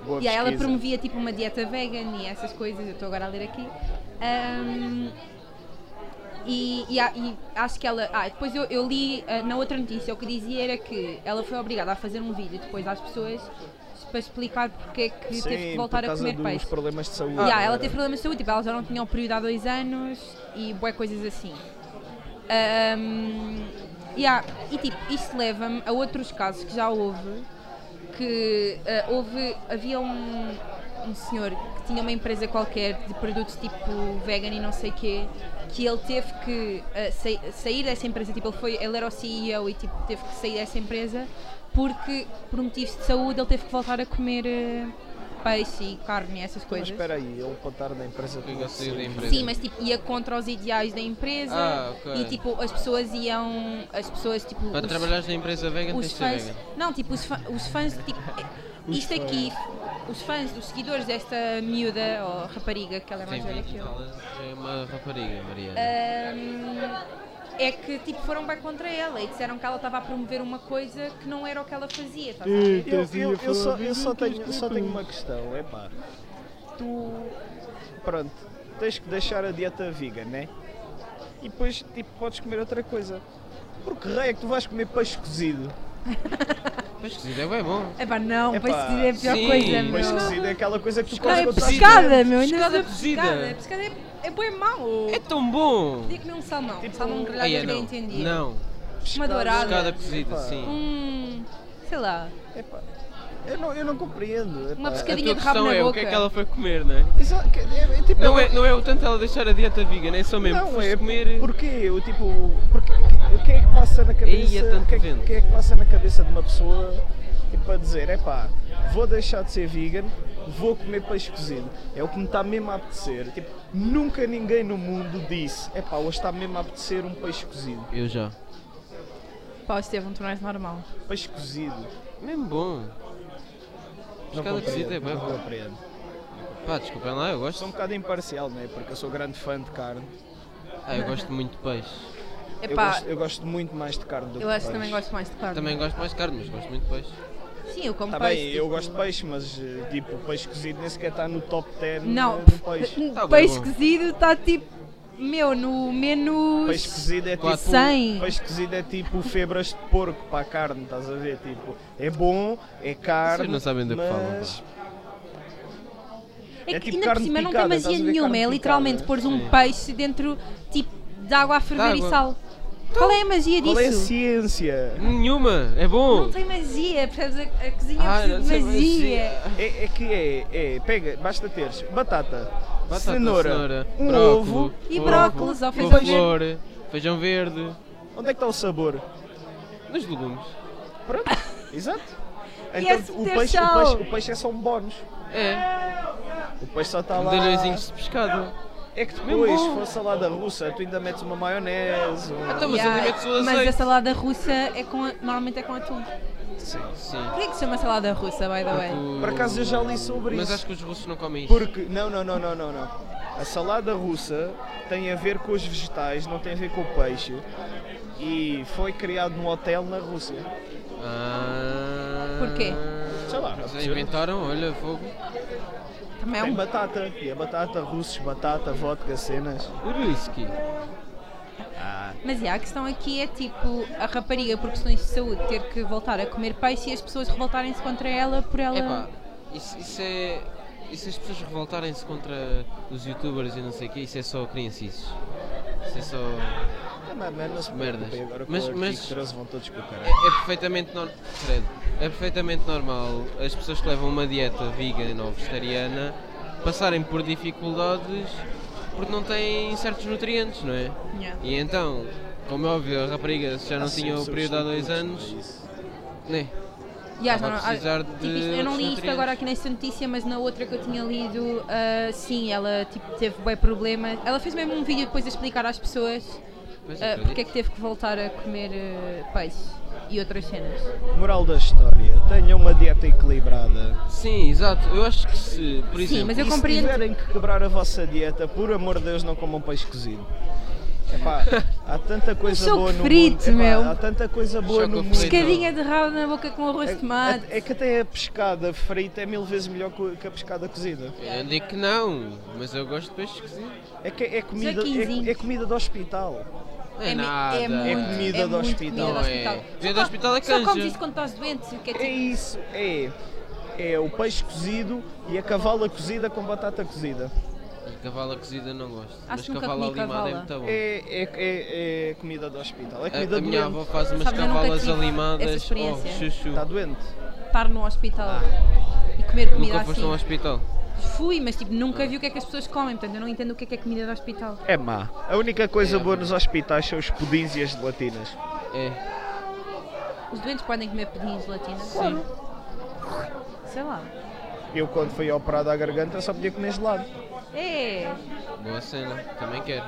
Speaker 2: Boa
Speaker 5: E aí ela
Speaker 2: pesquisa.
Speaker 5: promovia tipo uma dieta vegan e essas coisas, eu estou agora a ler aqui. Ahm, e, e a- e acho que ela. Ah, depois eu, eu li ah, na outra notícia, o que dizia era que ela foi obrigada a fazer um vídeo depois às pessoas para explicar porque é que
Speaker 2: Sim,
Speaker 5: teve que voltar
Speaker 2: por
Speaker 5: a
Speaker 2: causa
Speaker 5: comer
Speaker 2: dos
Speaker 5: peixe.
Speaker 2: problemas de saúde.
Speaker 5: E, ah, ela
Speaker 2: agora.
Speaker 5: teve problemas de saúde, tipo, ela já não tinha o período há dois anos e boé coisas assim. Ahm, e há- e tipo, isto leva-me a outros casos que já houve, que ah, houve, havia um, um senhor que tinha uma empresa qualquer de produtos tipo vegan e não sei quê, que ele teve que ah, sai- sair dessa empresa, tipo, ele, foi, ele era o CEO e tipo, teve que sair dessa empresa porque por motivos de saúde ele teve que voltar a comer ah, peixe e carne e essas
Speaker 2: Mas
Speaker 5: coisas.
Speaker 2: espera aí, ele para estar na empresa
Speaker 4: Porque
Speaker 2: tinha
Speaker 4: eu saí da
Speaker 2: sido-
Speaker 4: empresa.
Speaker 5: Sim, mas tipo, ia contra os ideais da empresa
Speaker 4: Ah, ok.
Speaker 5: e tipo, as pessoas iam. As pessoas tipo.
Speaker 4: Para
Speaker 5: os-
Speaker 4: trabalhares na empresa vegan tens
Speaker 5: os
Speaker 4: de ser
Speaker 5: fãs.
Speaker 4: vegan.
Speaker 5: Não, tipo, os, fã, os fãs, tipo. é- isto aqui, os fãs, os seguidores desta miúda ou rapariga, que ela é
Speaker 4: Tem
Speaker 5: mais velha
Speaker 4: 20
Speaker 5: que
Speaker 4: e
Speaker 5: eu.
Speaker 4: tal, já é uma rapariga, Maria.
Speaker 5: Ah, Ahm, é que tipo, foram bem contra ela e disseram que ela estava a promover uma coisa que não era o que ela fazia, estás a ver?
Speaker 2: Eu, eu- eu só, eu só tenho, eu só tenho uma questão, é pá. Tu, pronto, tens que deixar a dieta vegan, né? E depois, tipo, podes comer outra coisa. Por que raio é que tu vais comer peixe cozido?
Speaker 4: Mas cozido é bem bom.
Speaker 6: Epá, não,
Speaker 2: Epá,
Speaker 6: peixe cozido é a pior
Speaker 4: sim,
Speaker 6: coisa,
Speaker 4: mas
Speaker 6: meu.
Speaker 2: Peixe cozido é aquela coisa que tu
Speaker 6: Não,
Speaker 2: comes
Speaker 6: é
Speaker 2: quando estás
Speaker 6: pescada,
Speaker 2: doente.
Speaker 6: meu. ainda
Speaker 5: Pescada
Speaker 6: não-
Speaker 4: cozida.
Speaker 5: pescada, pescada é, é bem mau.
Speaker 4: É tão bom!
Speaker 5: Podia comer um salmão,
Speaker 2: Tipo,
Speaker 5: salmão grelhado,
Speaker 4: Ai, é,
Speaker 5: eu
Speaker 4: não.
Speaker 5: entendia.
Speaker 4: Não.
Speaker 5: Uma dourada.
Speaker 4: Pescada cozida,
Speaker 2: Epá.
Speaker 4: sim.
Speaker 5: Hum, sei lá.
Speaker 2: Epá, É eu não, eu não compreendo. epá.
Speaker 5: Uma
Speaker 4: A
Speaker 5: pescadinha
Speaker 4: tua
Speaker 5: de rabo
Speaker 4: questão
Speaker 5: na
Speaker 4: é o
Speaker 5: boca.
Speaker 4: que é que ela foi comer, não é?
Speaker 2: Exa- que- é- é tipo-
Speaker 4: Não é, não é o tanto ela deixar a dieta vegan, é só mesmo
Speaker 2: Não,
Speaker 4: foste
Speaker 2: é
Speaker 4: comer.
Speaker 2: Porquê? O tipo, porque, o que é que passa na cabeça?
Speaker 4: Ei, é tanto
Speaker 2: o que é, que-
Speaker 4: vento.
Speaker 2: o que é que passa na cabeça de uma pessoa tipo, a dizer, é pá, vou deixar de ser vegan, vou comer peixe cozido. É o que me está mesmo a apetecer. Tipo, nunca ninguém no mundo disse, é pá, hoje está mesmo a apetecer um peixe cozido.
Speaker 4: Eu já.
Speaker 6: Pá, o Estevão, tu não és normal.
Speaker 2: Peixe cozido.
Speaker 4: Mesmo bom.
Speaker 2: Não
Speaker 4: Pescada cozida
Speaker 2: compreendo,
Speaker 4: é bem
Speaker 2: não
Speaker 4: bom.
Speaker 2: compreendo.
Speaker 4: Pá, desculpem lá, eu
Speaker 2: Sou um
Speaker 4: gosto.
Speaker 2: bocado imparcial, né? Porque eu sou grande fã de carne.
Speaker 4: Ah, eu gosto muito de peixe.
Speaker 2: Eu
Speaker 6: Epá,
Speaker 2: gosto, eu gosto muito mais de carne do que
Speaker 6: eu acho que
Speaker 2: peixe.
Speaker 6: também gosto mais de carne.
Speaker 4: Também gosto mais de carne, mas gosto muito de peixe.
Speaker 5: Sim, eu como
Speaker 2: Tá
Speaker 5: peixe.
Speaker 2: bem, eu
Speaker 5: tipo-
Speaker 2: gosto de peixe, mas eh, tipo, peixe cozido nem sequer está no top 10
Speaker 5: Não.
Speaker 2: do peixe.
Speaker 6: Um
Speaker 4: Tá bem
Speaker 6: peixe
Speaker 4: bom.
Speaker 6: cozido
Speaker 5: tá,
Speaker 6: está tipo, meu, no menos...
Speaker 2: Peixe cozido é tipo.
Speaker 4: Quatro.
Speaker 6: Cem.
Speaker 2: Peixe cozido é tipo febras de porco para a carne, estás a ver? Tipo, é bom, é caro.
Speaker 4: Vocês não sabem do que
Speaker 2: mas...
Speaker 4: falam,
Speaker 5: É
Speaker 2: É
Speaker 5: que
Speaker 2: tipo
Speaker 5: ainda por
Speaker 2: carne
Speaker 5: cima não tem
Speaker 2: picada,
Speaker 5: magia
Speaker 2: estás a ver
Speaker 5: nenhuma,
Speaker 2: carne
Speaker 5: é literalmente
Speaker 2: picada?
Speaker 5: pôres um
Speaker 4: Sim.
Speaker 5: peixe dentro tipo de água a ferver
Speaker 4: água.
Speaker 5: e sal. Qual é a magia disso?
Speaker 2: Então, Qual é a ciência?
Speaker 4: Nenhuma! É bom!
Speaker 5: Não tem magia, percebes? A, a cozinha
Speaker 4: Ah,
Speaker 5: precisa
Speaker 4: não sei,
Speaker 5: de
Speaker 4: mas
Speaker 5: magia.
Speaker 4: sim.
Speaker 2: É, é que é, é, pega, basta teres batata,
Speaker 4: Batata,
Speaker 2: cenoura, um
Speaker 4: brócolis,
Speaker 2: ovo.
Speaker 5: e brócolis ao feijão
Speaker 4: couve-flor, feijão verde,
Speaker 2: Onde é que está o sabor?
Speaker 4: nos legumes.
Speaker 5: [LAUGHS]
Speaker 2: Pronto, exato.
Speaker 5: E
Speaker 2: Então
Speaker 5: esse
Speaker 2: o
Speaker 5: ter
Speaker 2: peixe, o,
Speaker 5: sal?
Speaker 2: peixe, o peixe é só um bónus.
Speaker 4: É,
Speaker 2: O peixe só está lá.
Speaker 4: medalhõezinhos de pescado.
Speaker 2: É que
Speaker 4: Mesmo
Speaker 2: depois, se
Speaker 4: bom.
Speaker 2: for salada russa, tu ainda metes uma maionese. Um...
Speaker 4: Então, mas
Speaker 5: Yeah,
Speaker 4: ali metes o
Speaker 5: mas
Speaker 4: azeite.
Speaker 5: a salada russa é com, a- normalmente é com atum.
Speaker 2: Sim.
Speaker 4: Sim.
Speaker 6: Por que é que se chama salada russa, by the way?
Speaker 4: O-
Speaker 2: Por acaso eu já li sobre
Speaker 4: Mas
Speaker 2: isso.
Speaker 4: acho que os russos não comem isso.
Speaker 2: Porque. Não, não, não, não, não, não. A salada russa tem a ver com os vegetais, não tem a ver com o peixe. E foi criado num hotel na Rússia.
Speaker 4: Ah...
Speaker 5: Porquê?
Speaker 2: Sei lá,
Speaker 4: Mas
Speaker 2: apeteceu-lhes.
Speaker 4: inventaram, olha, fogo.
Speaker 5: Também é
Speaker 2: Tem
Speaker 5: um.
Speaker 2: batata. E a batata, russos, batata, vodka, cenas.
Speaker 4: Uruiski.
Speaker 5: Ah. Mas yeah, a questão aqui é tipo a rapariga por questões de saúde ter que voltar a comer peixe e as pessoas revoltarem-se contra ela por ela.
Speaker 4: Epá, isso, isso é... E se as pessoas revoltarem-se contra os youtubers e não sei o quê, isso é só criancices. Isso é só...
Speaker 2: Ah, mas- mas não se
Speaker 4: Merdas.
Speaker 2: preocupem, agora com
Speaker 4: Mas-
Speaker 2: o artigo
Speaker 4: mas-
Speaker 2: 13 vão todos com o
Speaker 4: É,
Speaker 2: caralho.
Speaker 4: é perfeitamente normal. É perfeitamente normal as pessoas que levam uma dieta vegan ou vegetariana passarem por dificuldades porque não têm certos nutrientes, não é?
Speaker 6: Yeah.
Speaker 4: E então, como é óbvio, a rapariga já não
Speaker 2: Há
Speaker 4: tinha o
Speaker 2: sempre
Speaker 4: período há dois
Speaker 2: substitutos,
Speaker 4: anos,
Speaker 2: não é isso?
Speaker 4: né?
Speaker 5: Yeah,
Speaker 4: Estava a
Speaker 5: não, não,
Speaker 4: precisar
Speaker 5: tipo,
Speaker 4: de
Speaker 5: isto- eu não li isto
Speaker 4: nutrientes.
Speaker 5: agora aqui nesta notícia, mas na outra que eu tinha lido, ah, sim, ela tipo, teve bem problema. Ela fez mesmo um vídeo depois a explicar às pessoas
Speaker 4: Pois é,
Speaker 5: ah,
Speaker 4: acredito.
Speaker 5: porque é que teve que voltar a comer ah, peixe. e outras cenas.
Speaker 2: Moral da história, tenham uma dieta equilibrada.
Speaker 4: Sim, exato. Eu acho que se, por
Speaker 5: Sim,
Speaker 4: exemplo,
Speaker 5: mas eu
Speaker 2: e
Speaker 5: compreendo.
Speaker 2: se tiverem que quebrar a vossa dieta, por amor de Deus, não comam peixe cozido. Epá, há
Speaker 5: [LAUGHS]
Speaker 2: tanta coisa
Speaker 6: soco
Speaker 2: boa no
Speaker 6: frito,
Speaker 2: mundo. Epá,
Speaker 6: meu.
Speaker 2: há tanta coisa boa no
Speaker 4: Choco
Speaker 2: mundo.
Speaker 4: frito.
Speaker 6: Pescadinha de rabo na boca com arroz de tomate.
Speaker 2: É, é que até a pescada frita é mil vezes melhor co- que a pescada cozida.
Speaker 4: eu digo que não, mas eu gosto de peixe cozido.
Speaker 2: É que é comida,
Speaker 5: Jaquinzinho.
Speaker 2: é, é comida do hospital.
Speaker 4: Não é,
Speaker 5: mi-
Speaker 4: nada.
Speaker 5: muito-
Speaker 2: É comida do
Speaker 5: muito
Speaker 2: hospital.
Speaker 5: Comida do
Speaker 4: Não é.
Speaker 5: hospital.
Speaker 4: Comida
Speaker 5: Só
Speaker 4: do
Speaker 5: com-
Speaker 4: hospital é
Speaker 5: Só
Speaker 4: canja.
Speaker 5: comes isso quando estás doente, que é
Speaker 2: É
Speaker 5: tipo,
Speaker 2: isso, é. É o peixe cozido e a cavala cozida com batata cozida.
Speaker 4: E cavala cozida não gosto. mas
Speaker 5: nunca
Speaker 4: cavala
Speaker 5: comi
Speaker 4: limada é
Speaker 5: cavala.
Speaker 4: muito bom.
Speaker 2: É, é, é- é comida do hospital. É
Speaker 4: A, a
Speaker 2: comida
Speaker 4: minha avó
Speaker 2: doente.
Speaker 4: faz umas
Speaker 5: Sabes, eu nunca
Speaker 4: cavalas
Speaker 5: tive essa
Speaker 4: alimadas. Oh,
Speaker 5: experiência.
Speaker 4: chuchu.
Speaker 2: Está doente?
Speaker 5: estar no hospital e comer comida
Speaker 4: É. Ah. Nunca foste a um
Speaker 5: assim.
Speaker 4: hospital.
Speaker 5: Fui, mas tipo, nunca vi o que é que as pessoas comem, portanto eu não entendo o que é que é comida do hospital.
Speaker 2: É má. A única coisa
Speaker 4: É.
Speaker 2: boa nos hospitais são os pudins e as gelatinas.
Speaker 4: É.
Speaker 5: Os doentes podem comer pudim e gelatina?
Speaker 4: Sim.
Speaker 5: Sei lá.
Speaker 2: Eu quando fui operado à garganta só podia comer gelado.
Speaker 5: É,
Speaker 4: Boa cena. Também quero.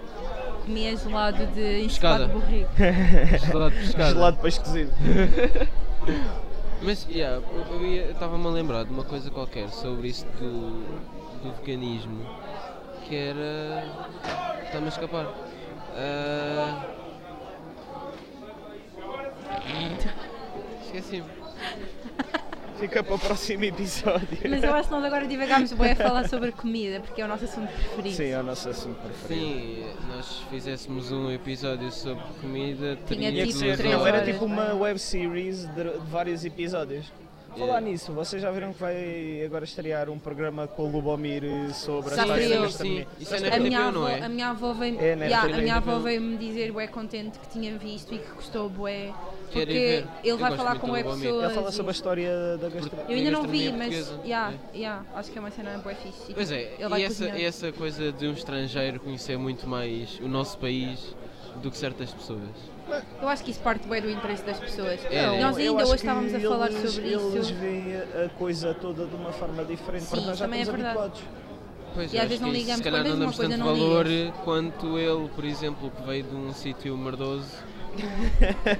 Speaker 2: [LAUGHS]
Speaker 5: comia gelado de ensopado
Speaker 4: Pescada.
Speaker 5: de borrico.
Speaker 4: [LAUGHS] Gelado de pescado.
Speaker 2: Gelado depois cozido.
Speaker 4: Mas, yeah, eu- eu ia- eu estava-me a lembrar de uma coisa qualquer sobre isso do, do veganismo, que era... Está-me a escapar. Ah. Esqueci-me.
Speaker 2: Fica para o próximo episódio.
Speaker 5: Mas eu acho que nós agora divagámos bem a falar sobre comida, porque é o nosso assunto preferido.
Speaker 2: Sim, é o nosso assunto preferido.
Speaker 4: Sim, nós fizéssemos um episódio sobre comida,
Speaker 5: Tinha
Speaker 4: teria
Speaker 5: tipo
Speaker 4: duas
Speaker 5: três
Speaker 2: Não,
Speaker 4: horas.
Speaker 2: era
Speaker 5: horas,
Speaker 2: tipo uma
Speaker 5: não
Speaker 2: web series de, de vários episódios. Falar
Speaker 4: Yeah.
Speaker 2: nisso, vocês já viram que vai agora estrear um programa com o Lubomir eh, sobre
Speaker 5: Já
Speaker 2: as tais
Speaker 5: vi eu.
Speaker 2: cenas da
Speaker 4: Sim,
Speaker 2: minha-
Speaker 4: isso é
Speaker 2: das
Speaker 4: na
Speaker 5: A
Speaker 2: minha-
Speaker 5: minha,
Speaker 4: RTP,
Speaker 5: avó,
Speaker 4: não é?
Speaker 5: a minha avó veio,
Speaker 2: É, na
Speaker 5: Yeah,
Speaker 2: RTP.
Speaker 5: a minha avó veio-me dizer bué contente que tinha visto e que gostou bué.
Speaker 4: Quero ir
Speaker 5: Porque
Speaker 4: ver. Eu
Speaker 5: ele vai
Speaker 4: gosto
Speaker 5: falar
Speaker 4: muito
Speaker 5: com
Speaker 4: do
Speaker 5: bué
Speaker 4: Lubomir.
Speaker 5: pessoas.
Speaker 2: Ele fala sobre a
Speaker 5: e-
Speaker 2: história da gastronomia.
Speaker 5: Eu ainda não vi,
Speaker 4: gastronomia
Speaker 5: mas
Speaker 4: portuguesa.
Speaker 5: yeah,
Speaker 4: É.
Speaker 5: yeah, acho que é uma cena bué fixe. E
Speaker 4: Pois
Speaker 5: tipo,
Speaker 4: é,
Speaker 5: ele vai
Speaker 4: e essa,
Speaker 5: cozinhar.
Speaker 4: essa coisa de um estrangeiro conhecer muito mais o nosso país do que certas pessoas.
Speaker 5: Eu acho que isso parte bué do interesse das pessoas.
Speaker 4: É, né?
Speaker 5: Nós
Speaker 2: Então, eu acho
Speaker 5: ainda hoje
Speaker 2: que
Speaker 5: estávamos a falar
Speaker 2: eles-
Speaker 5: sobre
Speaker 2: Eles
Speaker 5: isso.
Speaker 2: veem a a coisa toda de uma forma diferente,
Speaker 5: Sim,
Speaker 2: porque nós já
Speaker 5: também é
Speaker 2: estamos
Speaker 5: verdade.
Speaker 2: habituados.
Speaker 4: Pois,
Speaker 5: E
Speaker 4: eu
Speaker 5: às
Speaker 4: acho
Speaker 5: vezes
Speaker 4: que é
Speaker 5: não
Speaker 4: isso,
Speaker 5: ligamos.
Speaker 4: se calhar
Speaker 5: Quando
Speaker 4: não
Speaker 5: vês
Speaker 4: damos
Speaker 5: uma coisa,
Speaker 4: tanto
Speaker 5: não
Speaker 4: valor eh, quanto ele, por exemplo, que veio de um
Speaker 5: [LAUGHS]
Speaker 4: sítio merdoso,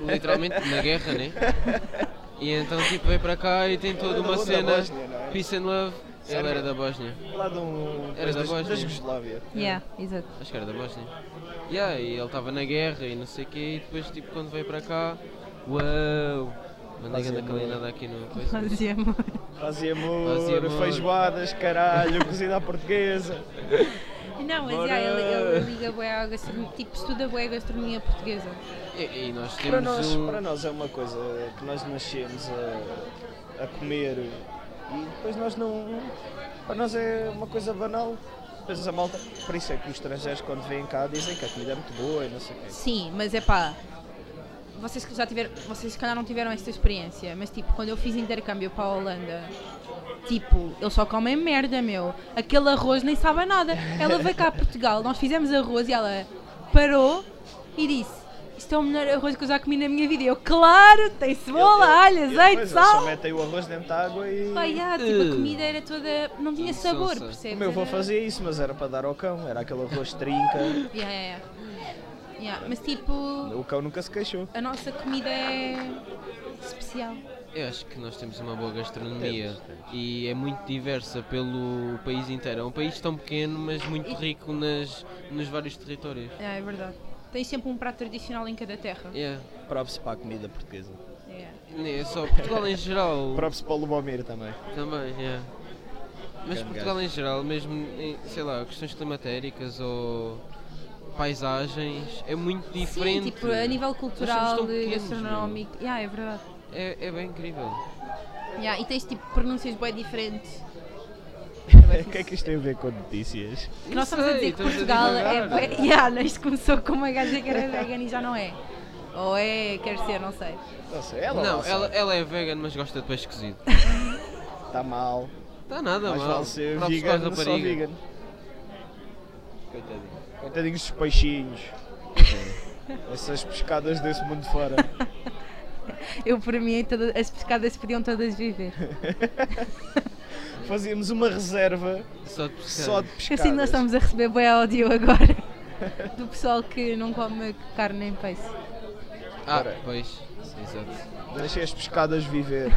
Speaker 4: literalmente na guerra, né? E então tipo veio para cá e tem toda
Speaker 2: Ele era
Speaker 4: uma
Speaker 2: da
Speaker 4: cena
Speaker 2: Bósnia, não é?
Speaker 4: peace and love. Ele era da Bósnia,
Speaker 2: Lá de um.
Speaker 4: Era da né?
Speaker 2: das,
Speaker 4: Bósnia.
Speaker 2: da Jugoslávia.
Speaker 5: Yeah, exato.
Speaker 4: acho que era da Bósnia. Yeah, e ele estava na guerra e não sei o quê, e depois tipo quando veio para cá, uau, mandei
Speaker 2: Fazia
Speaker 4: grande
Speaker 2: amor.
Speaker 4: calinada
Speaker 5: [LAUGHS]
Speaker 4: aqui no coisa.
Speaker 5: Fazia amor.
Speaker 2: Fazia amor,
Speaker 4: Fazia amor.
Speaker 2: feijoadas, caralho, cozida à portuguesa.
Speaker 5: Não, mas
Speaker 2: Bora.
Speaker 5: já, ele, ele liga bué à gastronomia, tipo, estuda bué a gastronomia portuguesa.
Speaker 4: E, e nós temos
Speaker 2: Para nós,
Speaker 4: um...
Speaker 2: para nós é uma coisa que nós nascemos a, a comer e depois nós não. Para nós é uma coisa banal. Depois a malta. Por isso é que os estrangeiros quando vêm cá dizem que a comida é muito boa e não sei o quê.
Speaker 5: Sim, mas é pá, vocês que já tiveram, vocês se calhar não tiveram esta experiência, mas tipo, quando eu fiz intercâmbio para a Holanda, tipo, eles só comem merda, meu. Aquele arroz nem sabe a nada. Ela veio cá a Portugal, nós fizemos arroz e ela parou e disse. Isto é o melhor arroz que eu já comi na minha vida. E Eu, claro, tem cebola, alho,
Speaker 2: Ele- ele-
Speaker 5: azeite,
Speaker 2: pois, Eles
Speaker 5: sal.
Speaker 2: só metem o arroz dentro da água e.
Speaker 5: Pá, yeah, tipo, a comida era toda. Não tinha
Speaker 4: Insossa.
Speaker 5: sabor,
Speaker 2: O
Speaker 5: percebes?
Speaker 2: meu avô
Speaker 5: Era-
Speaker 2: fazia isso, mas era para dar ao cão, era aquele arroz trinca.
Speaker 5: Yeah, yeah, yeah. Yeah, Mas tipo.
Speaker 2: O cão nunca se queixou.
Speaker 5: A nossa comida é especial.
Speaker 4: Eu acho que nós temos uma boa gastronomia e é muito diversa pelo país inteiro. É um país tão pequeno, mas muito rico nas, nos vários territórios.
Speaker 5: É, é verdade. Tens sempre um prato tradicional em cada terra.
Speaker 4: Yeah.
Speaker 2: Props para a comida portuguesa.
Speaker 5: É.
Speaker 4: É só Portugal
Speaker 2: [LAUGHS]
Speaker 4: em geral
Speaker 2: Props para o Lubomir também.
Speaker 4: também. Yeah. Mas
Speaker 2: Grande
Speaker 4: Portugal em geral, mesmo em, sei lá, questões climatéricas ou paisagens, é muito diferente.
Speaker 5: Sim, tipo, a nível
Speaker 4: Nós somos tão
Speaker 5: cultural, e
Speaker 4: pequenos,
Speaker 5: gastronómico. Yeah, é verdade.
Speaker 4: meu. É, é bem incrível.
Speaker 5: Yeah, e tens tipo pronúncias bem diferentes.
Speaker 2: O que é que isto tem a ver com notícias?
Speaker 5: Que nós
Speaker 4: Não
Speaker 5: estamos a dizer
Speaker 4: sei,
Speaker 5: que
Speaker 4: estamos a
Speaker 5: Portugal é.
Speaker 4: divagar.
Speaker 5: bué- [LAUGHS] Yeah, não, isto começou com uma gaja que era vegan e já não é. Ou é, quer ser, não sei.
Speaker 2: Não sei, ela
Speaker 4: Não, ela, ela é vegan, mas gosta de peixe cozido.
Speaker 2: está Tá mal.
Speaker 4: Está nada
Speaker 2: Mas
Speaker 4: mal.
Speaker 2: vale ser
Speaker 4: Props para a
Speaker 2: vegan, só
Speaker 4: rapariga.
Speaker 2: vegan. Coitadinho. Coitadinho dos peixinhos. Essas pescadas desse mundo [LAUGHS] fora.
Speaker 5: Eu, para mim, é toda- as pescadas podiam todas viver.
Speaker 2: Fazíamos uma reserva
Speaker 4: Só de pescar.
Speaker 2: só de
Speaker 5: Eu
Speaker 2: pescadas.
Speaker 5: sinto que Assim nós estamos a receber bué áudio
Speaker 4: [LAUGHS]
Speaker 5: agora do pessoal que não come carne nem peixe.
Speaker 4: Ah,
Speaker 2: Ora.
Speaker 4: pois. Exato.
Speaker 2: Deixem as pescadas viver.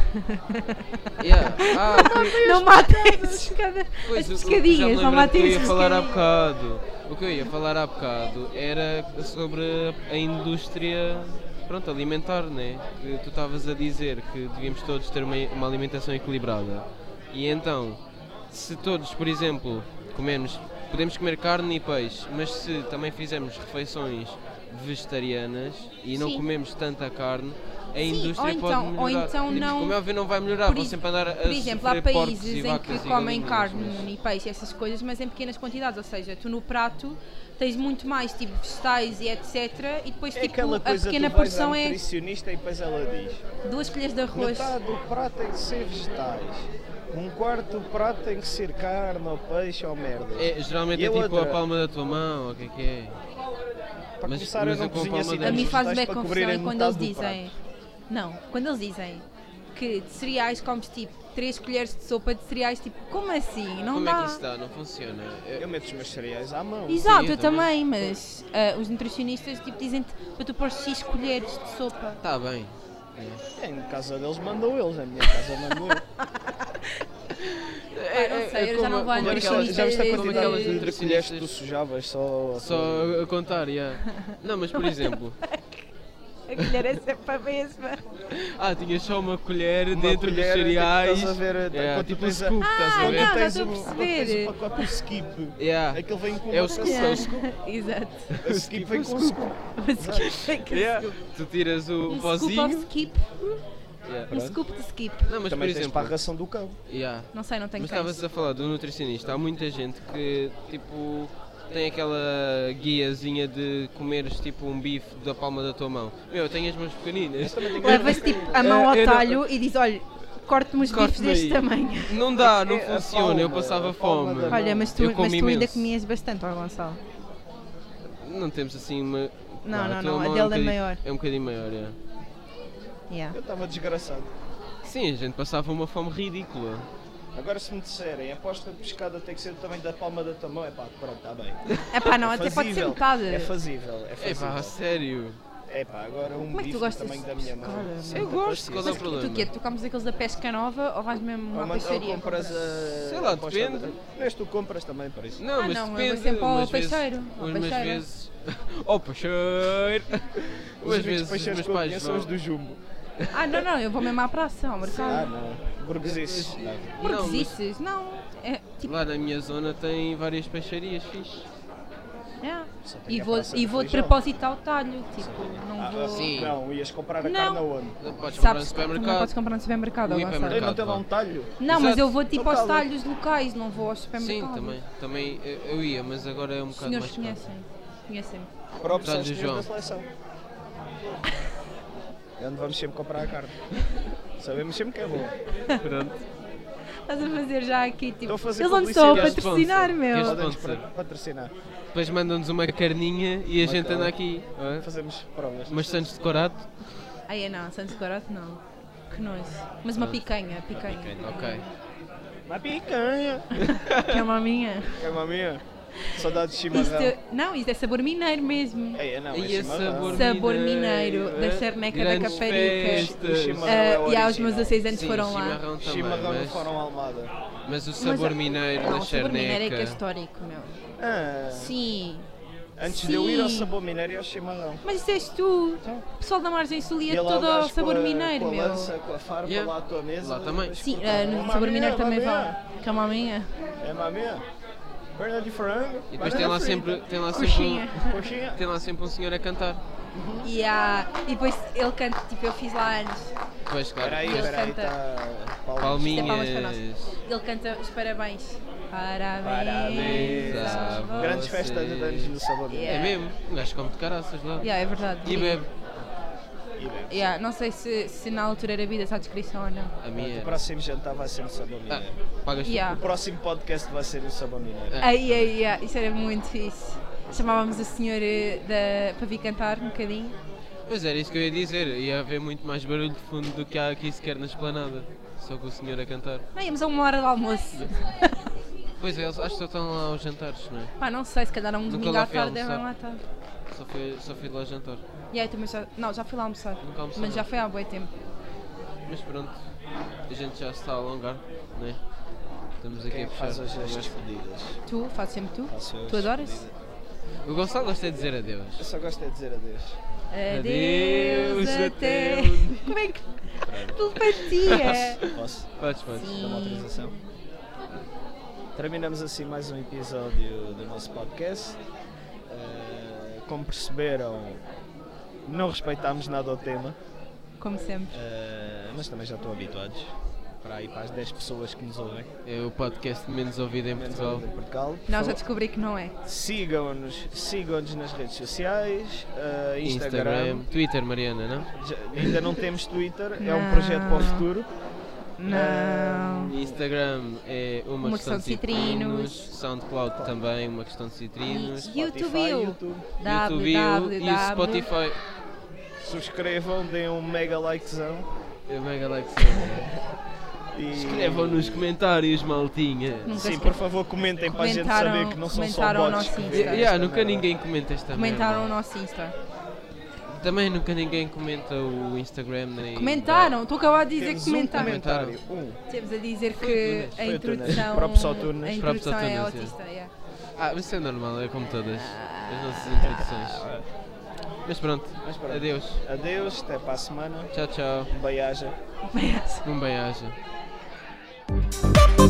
Speaker 4: Yeah.
Speaker 2: [LAUGHS]
Speaker 4: Ah, que-
Speaker 6: Não matem as pescada- as
Speaker 4: pois, o- o- já me
Speaker 6: pescadinhas,
Speaker 4: lembro
Speaker 6: não matem
Speaker 4: do
Speaker 6: as
Speaker 4: que eu ia falar há
Speaker 6: pescadinhas.
Speaker 4: bocado. O que eu ia falar há bocado era sobre a indústria pronto, alimentar, né? Que tu estavas a dizer que devíamos todos ter uma, uma alimentação equilibrada. E então, se todos, por exemplo, comemos, podemos comer carne e peixe, mas se também fizermos refeições vegetarianas e não
Speaker 5: Sim.
Speaker 4: comemos tanta carne, a
Speaker 5: Sim,
Speaker 4: indústria
Speaker 5: ou
Speaker 4: pode
Speaker 5: então- ou
Speaker 4: melhorar.
Speaker 5: então
Speaker 4: Tipo,
Speaker 5: não-
Speaker 4: Como é óbvio, não vai melhorar,
Speaker 5: Por
Speaker 4: vão
Speaker 5: ex-
Speaker 4: sempre andar a
Speaker 5: Por exemplo, há
Speaker 4: sofrer porcos e
Speaker 5: países em que
Speaker 4: vacas e
Speaker 5: comem
Speaker 4: galinhas,
Speaker 5: carne
Speaker 4: mas-
Speaker 5: e peixe, essas coisas, mas em pequenas quantidades. Ou seja, tu no prato tens muito mais tipo vegetais e etc. E depois
Speaker 2: É
Speaker 5: tipo,
Speaker 2: aquela
Speaker 5: a
Speaker 2: coisa
Speaker 5: pequena
Speaker 2: tu vais
Speaker 5: porção
Speaker 2: à
Speaker 5: é
Speaker 2: nutricionista e depois ela diz
Speaker 5: duas colheres de arroz.
Speaker 2: metade do prato tem que ser vegetais, um quarto do prato tem que ser carne ou peixe ou merda.
Speaker 4: É, geralmente
Speaker 2: E
Speaker 4: é
Speaker 2: a
Speaker 4: tipo
Speaker 2: outra?
Speaker 4: a palma da tua mão, ou o que é que é?
Speaker 2: Para
Speaker 4: mas-
Speaker 2: começar
Speaker 4: mas
Speaker 2: eu
Speaker 4: eu
Speaker 2: não
Speaker 4: com
Speaker 2: cozinho
Speaker 4: palma
Speaker 2: assim
Speaker 4: da-
Speaker 5: A
Speaker 4: Os
Speaker 5: mim faz bem
Speaker 2: vegetais para
Speaker 5: confusão
Speaker 2: cobrirem
Speaker 5: é quando eles
Speaker 2: metade do
Speaker 5: dizem.
Speaker 2: prato.
Speaker 5: Não, quando eles dizem que de cereais comes tipo 3 colheres de sopa de cereais, tipo, como assim? Não
Speaker 4: Como
Speaker 5: dá.
Speaker 4: é que isso dá? Não funciona. É-
Speaker 2: Eu meto os meus cereais à mão.
Speaker 5: Exato,
Speaker 4: Sim, eu
Speaker 5: eu também, mas ah, os nutricionistas tipo, dizem-te para tu pôr 6 colheres de sopa.
Speaker 4: Tá bem.
Speaker 2: É, Em casa deles mandam eles, a minha casa mandou eu.
Speaker 4: É,
Speaker 5: não sei, eu já não vou à
Speaker 4: como
Speaker 2: Já viste
Speaker 4: aquelas-
Speaker 2: já viste a
Speaker 5: Como é
Speaker 2: quantidade
Speaker 4: aquelas
Speaker 2: de- de colheres que tu
Speaker 4: nutricionistas.
Speaker 2: sujavas só...
Speaker 4: Só a contar, yeah.
Speaker 5: [LAUGHS]
Speaker 4: Não, mas por exemplo,
Speaker 6: A colher é sempre a
Speaker 5: [LAUGHS]
Speaker 6: mesma.
Speaker 4: ah, tinha só uma colher
Speaker 2: Uma
Speaker 4: dentro
Speaker 2: colher, é tipo,
Speaker 4: dos cereais.
Speaker 2: estás a ver, é
Speaker 4: yeah,
Speaker 2: quando tu
Speaker 4: tipo um
Speaker 2: tens a-
Speaker 4: scoop, estás a
Speaker 5: Ah,
Speaker 2: Quando
Speaker 4: ver?
Speaker 5: não.
Speaker 2: tens
Speaker 5: já
Speaker 2: o,
Speaker 5: estou a
Speaker 2: quando tens
Speaker 5: perceber.
Speaker 2: o pacote do skip,
Speaker 4: um- Yeah.
Speaker 2: aquele vem com
Speaker 4: É
Speaker 2: uma
Speaker 4: o scoop, é o é
Speaker 2: coisa-
Speaker 4: scoop.
Speaker 5: Exato.
Speaker 2: O skip vem com o scoop. é
Speaker 4: Yeah. Tu tiras o
Speaker 5: Um scoop of
Speaker 4: pozinho.
Speaker 5: skip.
Speaker 4: Yeah.
Speaker 5: Um scoop de skip.
Speaker 4: Não, mas por
Speaker 2: Também tens
Speaker 4: exemplo,
Speaker 2: para a ração do cão.
Speaker 4: yeah.
Speaker 5: Não sei, não tenho
Speaker 4: Mas assim.
Speaker 5: cães.
Speaker 4: estavas a falar do nutricionista, há muita gente que tipo tem aquela guiazinha de comeres tipo um bife da palma da tua mão. Meu, eu tenho as mãos pequeninas.
Speaker 6: Levas tipo a mão ao
Speaker 4: Eu não-
Speaker 6: talho e diz, olha, corte-me os bifes
Speaker 4: Eh, Corte-me
Speaker 6: deste
Speaker 4: aí."
Speaker 6: tamanho.
Speaker 4: [LAUGHS] Não dá, não
Speaker 2: É, a
Speaker 4: funciona, eu
Speaker 2: palma,
Speaker 4: passava
Speaker 2: a palma
Speaker 4: fome.
Speaker 2: da-
Speaker 6: Olha, mas tu,
Speaker 4: Eu como
Speaker 6: mas tu ainda
Speaker 4: imenso.
Speaker 6: comias bastante, ó Gonçalo.
Speaker 4: Não temos assim uma.
Speaker 6: Não, não,
Speaker 4: tua
Speaker 6: não, a
Speaker 4: mão
Speaker 6: dele é
Speaker 4: um bocadinho-
Speaker 6: maior.
Speaker 4: É um bocadinho maior, é.
Speaker 6: Yeah.
Speaker 2: Eu estava desgraçado.
Speaker 4: Sim, a gente passava uma fome ridícula.
Speaker 2: Agora se me disserem, aposta de pescada tem que ser do tamanho da palma da tua mão, é pá, pronto, está bem.
Speaker 6: Epá, não,
Speaker 5: Ah,
Speaker 2: é
Speaker 6: até pode ser
Speaker 2: fazível,
Speaker 6: metade.
Speaker 2: É fazível, é
Speaker 4: É pá,
Speaker 2: fazível.
Speaker 4: sério.
Speaker 2: É pá, agora um
Speaker 6: Como é que
Speaker 2: bife
Speaker 6: tu
Speaker 2: do
Speaker 6: gostas
Speaker 2: tamanho
Speaker 6: de
Speaker 2: da minha mão.
Speaker 6: pescar?
Speaker 4: Eu gosto, qual é o
Speaker 5: Mas
Speaker 4: problema?
Speaker 5: tu o quê? Tu comes aqueles da pesca nova ou vais mesmo
Speaker 2: Ou
Speaker 5: à
Speaker 2: manda- ou
Speaker 5: peixaria?
Speaker 2: compras a...
Speaker 4: Sei lá,
Speaker 2: aposta de-
Speaker 4: depende.
Speaker 2: Mas tu compras também, para isso.
Speaker 4: Não,
Speaker 5: Ah,
Speaker 4: mas
Speaker 5: não, eu vou
Speaker 4: depende.
Speaker 5: sempre ao
Speaker 4: umas vezes-
Speaker 5: peixeiro, ao
Speaker 4: Umas
Speaker 5: peixeiro.
Speaker 4: vezes. [LAUGHS] Ó peixeiro!
Speaker 2: Os
Speaker 4: Umas
Speaker 2: únicos
Speaker 4: vezes os
Speaker 2: peixeiros
Speaker 4: meus
Speaker 2: que eu
Speaker 4: pais.
Speaker 2: conheço são os
Speaker 4: vão-
Speaker 2: do Jumbo.
Speaker 5: Ah, não, não, eu vou mesmo à praça, ao mercado.
Speaker 2: Ah, não. Burguesices. não.
Speaker 4: Não, mas-
Speaker 5: Porquesices, não. É, tipo,
Speaker 4: Lá na minha zona tem várias peixarias fixe.
Speaker 5: é.
Speaker 2: Só tem
Speaker 5: E
Speaker 2: a
Speaker 5: vou,
Speaker 2: praça
Speaker 5: e
Speaker 2: do
Speaker 5: vou de
Speaker 2: feijão.
Speaker 5: propósito ao talho, tipo, não
Speaker 2: Ah,
Speaker 5: vou...
Speaker 2: ah,
Speaker 4: Sim.
Speaker 2: Não, ias comprar a
Speaker 5: Não.
Speaker 2: carne aonde?
Speaker 4: Podes comprar no
Speaker 5: Sabes que tu não
Speaker 4: supermercado.
Speaker 5: podes comprar no supermercado,
Speaker 4: No
Speaker 5: ó
Speaker 2: Ei,
Speaker 5: Gonçalo.
Speaker 4: hipermercado.
Speaker 2: Não tem lá um talho?
Speaker 5: Não, mas
Speaker 4: Exato.
Speaker 5: eu vou tipo
Speaker 2: Então
Speaker 5: aos
Speaker 2: cala.
Speaker 5: talhos locais, não vou ao supermercado.
Speaker 4: Sim, também. Também eu, eu ia, mas agora é um
Speaker 5: Os
Speaker 4: bocado
Speaker 5: senhores
Speaker 4: mais caro.
Speaker 5: conhecem. Conhecem-me.
Speaker 2: Próprios são
Speaker 4: Talho
Speaker 2: os
Speaker 4: do
Speaker 2: senhores da
Speaker 4: João.
Speaker 2: seleção. É onde vamos sempre comprar a carne. Sabemos sempre que é bom.
Speaker 5: Estás a fazer já aqui, tipo.
Speaker 2: Estou a fazer
Speaker 6: Eles não estão a
Speaker 4: Queres
Speaker 6: patrocinar,
Speaker 4: sponsor?
Speaker 6: meu.
Speaker 4: Queres-
Speaker 2: Podemos
Speaker 4: Sponsor.
Speaker 2: pra- patrocinar.
Speaker 4: Depois mandam-nos uma carninha e a
Speaker 2: Uma
Speaker 4: gente
Speaker 2: cara.
Speaker 4: anda aqui. hã?
Speaker 2: Fazemos provas.
Speaker 4: Mas Santos decorado?
Speaker 5: Ai, é não, Santos Corote não. Que nojo. Mas
Speaker 4: Ah,
Speaker 5: uma picanha, picanha.
Speaker 4: Ok.
Speaker 2: Uma picanha.
Speaker 5: Que é uma minha.
Speaker 2: É uma minha. Saudades de chimarrão.
Speaker 5: Isto, não, isto é sabor mineiro mesmo.
Speaker 2: É, é, não, é
Speaker 4: E esse
Speaker 2: chimarrão.
Speaker 4: sabor,
Speaker 5: Sabor mineiro,
Speaker 4: hã?
Speaker 5: da charneca da
Speaker 4: Grandes
Speaker 5: Caparica.
Speaker 4: festas.
Speaker 2: O chimarrão
Speaker 5: Ah,
Speaker 2: é
Speaker 5: e aos meus
Speaker 2: original.
Speaker 5: 16 anos
Speaker 4: Sim,
Speaker 5: foram lá.
Speaker 4: chimarrão também,
Speaker 2: Chimarrão
Speaker 4: mas,
Speaker 2: no Fórum Almada.
Speaker 4: mas o sabor
Speaker 5: Mas,
Speaker 4: mineiro
Speaker 5: não,
Speaker 4: da
Speaker 5: o sabor mineiro é que é
Speaker 4: charneca.
Speaker 5: histórico, meu.
Speaker 2: Ah,
Speaker 5: Sim.
Speaker 2: antes de eu ir ao
Speaker 5: Sim.
Speaker 2: sabor mineiro e ao chimarrão.
Speaker 5: Mas isso és tu. O pessoal da Margem Sul
Speaker 2: Então. E
Speaker 5: ia
Speaker 2: lá o
Speaker 5: é todo ao
Speaker 2: gajo com
Speaker 5: sabor
Speaker 2: a-
Speaker 5: mineiro,
Speaker 2: com a
Speaker 5: meu.
Speaker 2: lança, com a farpa
Speaker 4: Yeah.
Speaker 2: lá à tua mesa.
Speaker 4: Lá também.
Speaker 5: Sim,
Speaker 2: Escuta,
Speaker 5: ah, no
Speaker 2: uma
Speaker 5: sabor
Speaker 2: meia,
Speaker 5: mineiro
Speaker 2: uma
Speaker 5: também
Speaker 2: meia.
Speaker 5: vão. Que é uma minha.
Speaker 2: É maminha? Perna de frango.
Speaker 4: E depois tem lá sempre, tem lá sempre,
Speaker 5: Coxinha.
Speaker 4: um,
Speaker 2: Coxinha.
Speaker 4: tem lá sempre um senhor a cantar.
Speaker 5: E, há- e depois ele canta, tipo, eu fiz lá anos.
Speaker 4: Pois claro.
Speaker 2: Peraí,
Speaker 5: E ele
Speaker 2: peraí,
Speaker 5: canta.
Speaker 2: tá.
Speaker 4: Palminhas.
Speaker 5: palmas para Ele canta os parabéns. Parabéns.
Speaker 2: Parabéns
Speaker 5: a
Speaker 4: a
Speaker 5: vós.
Speaker 2: Grandes festas de anos no sabor mineiro.
Speaker 4: É mesmo. Um gajo come de caraças lá.
Speaker 5: Yeah, é verdade.
Speaker 4: E bebe.
Speaker 2: E bem,
Speaker 5: Yeah, não sei se, se na altura era vida essa descrição ou não.
Speaker 4: A minha
Speaker 2: O
Speaker 4: é.
Speaker 2: próximo jantar vai ser no sabor
Speaker 4: Ah,
Speaker 2: mineiro.
Speaker 4: pagas tu.
Speaker 2: é
Speaker 5: Yeah.
Speaker 2: O próximo podcast vai ser no sabor mineiro.
Speaker 5: Ai, ai, ai, isso era muito fixe. Chamávamos o senhor eh, da, para vir cantar um bocadinho.
Speaker 4: Pois era isso que eu ia dizer, ia haver muito mais barulho de fundo do que há aqui sequer na esplanada. Só com o senhor a cantar.
Speaker 5: Não, íamos a uma hora do almoço.
Speaker 4: Pois é, eles acho que só estão lá aos jantares, não é?
Speaker 5: Pá, não sei, se calhar um domingo
Speaker 4: lá
Speaker 5: à
Speaker 4: fui
Speaker 5: tarde é
Speaker 4: almoçar.
Speaker 5: mesmo à tarde.
Speaker 4: Só fui, só fui lá jantar.
Speaker 5: E aí também já. Não, já fui lá almoçar.
Speaker 4: Nunca almocei
Speaker 5: Mas já
Speaker 4: lá.
Speaker 5: foi há boi tempo.
Speaker 4: Mas pronto, a gente já se está a alongar, não é? Estamos aqui
Speaker 2: Quem
Speaker 4: a puxar.
Speaker 2: faz hoje
Speaker 4: a
Speaker 2: as
Speaker 4: conversa.
Speaker 2: despedidas?
Speaker 5: Tu, faço sempre tu.
Speaker 2: Faço eu as
Speaker 5: Tu adoras?
Speaker 2: despedidas.
Speaker 4: O Gonçalo gosta de dizer adeus.
Speaker 2: Eu só gosto é de dizer adeus.
Speaker 5: Adeus,
Speaker 4: Adeus,
Speaker 5: até.
Speaker 4: até um dia.
Speaker 5: [LAUGHS] Como é que. Telepatia!
Speaker 4: [LAUGHS]
Speaker 2: Posso?
Speaker 4: Podes, podes.
Speaker 2: Dá uma autorização? Terminamos assim mais um episódio do nosso podcast. Eh, como perceberam, não respeitámos nada ao tema,
Speaker 5: Como sempre.
Speaker 2: eh, mas também já estão habituados para aí para as 10 pessoas que nos ouvem.
Speaker 4: É o podcast menos ouvido em
Speaker 2: menos
Speaker 4: Portugal.
Speaker 2: em Portugal. Por
Speaker 5: Não, já
Speaker 2: favor,
Speaker 5: descobri que não é.
Speaker 2: Sigam-nos sigam-nos nas redes sociais, eh, Instagram.
Speaker 4: Instagram, Twitter, Mariana, não?
Speaker 2: Já- ainda não temos Twitter, é um
Speaker 5: Não.
Speaker 2: projeto para o futuro.
Speaker 5: Não.
Speaker 4: Instagram é uma,
Speaker 5: Uma questão
Speaker 4: questão de
Speaker 5: de citrinos.
Speaker 4: citrinos. Soundcloud também, uma questão de citrinos.
Speaker 5: E- YouTube,
Speaker 2: Spotify,
Speaker 5: eu.
Speaker 2: YouTube.
Speaker 4: Ah, YouTube e o
Speaker 5: www.
Speaker 4: Spotify.
Speaker 2: Subscrevam, deem um mega likezão.
Speaker 4: É mega like.
Speaker 2: E...
Speaker 4: Escrevam nos comentários, maltinha.
Speaker 5: Nunca
Speaker 2: Sim,
Speaker 5: esque-
Speaker 2: por favor, comentem para a gente saber
Speaker 5: Comentaram-
Speaker 2: que não são só
Speaker 5: comentaram o
Speaker 2: bots.
Speaker 5: nosso
Speaker 2: que
Speaker 5: Insta.
Speaker 2: vêem
Speaker 4: Yeah,
Speaker 2: esta
Speaker 4: nunca
Speaker 2: merda.
Speaker 4: ninguém comenta esta
Speaker 5: Comentaram o
Speaker 4: merda.
Speaker 5: nosso Insta.
Speaker 4: Também nunca ninguém comenta o Instagram nem.
Speaker 5: Comentaram, estou acabado de dizer
Speaker 2: Temos
Speaker 5: que
Speaker 2: um
Speaker 5: comentaram.
Speaker 2: comentário. Um.
Speaker 5: Temos a dizer que
Speaker 4: Tunas.
Speaker 5: a
Speaker 2: Foi Tunas.
Speaker 5: introdução.
Speaker 2: Props ao Tunas.
Speaker 5: A
Speaker 4: Props
Speaker 5: introdução
Speaker 4: ao
Speaker 5: é
Speaker 4: Tunas, é.
Speaker 5: autista, yeah.
Speaker 4: Ah, mas isso é normal, é como todas
Speaker 5: Ah.
Speaker 4: as nossas introduções. Mas pronto,
Speaker 2: Mas pronto.
Speaker 4: adeus.
Speaker 2: Um, Adeus, até para a semana.
Speaker 4: Tchau, tchau.
Speaker 2: Beiaja.
Speaker 4: Um bem-aja.
Speaker 7: Thank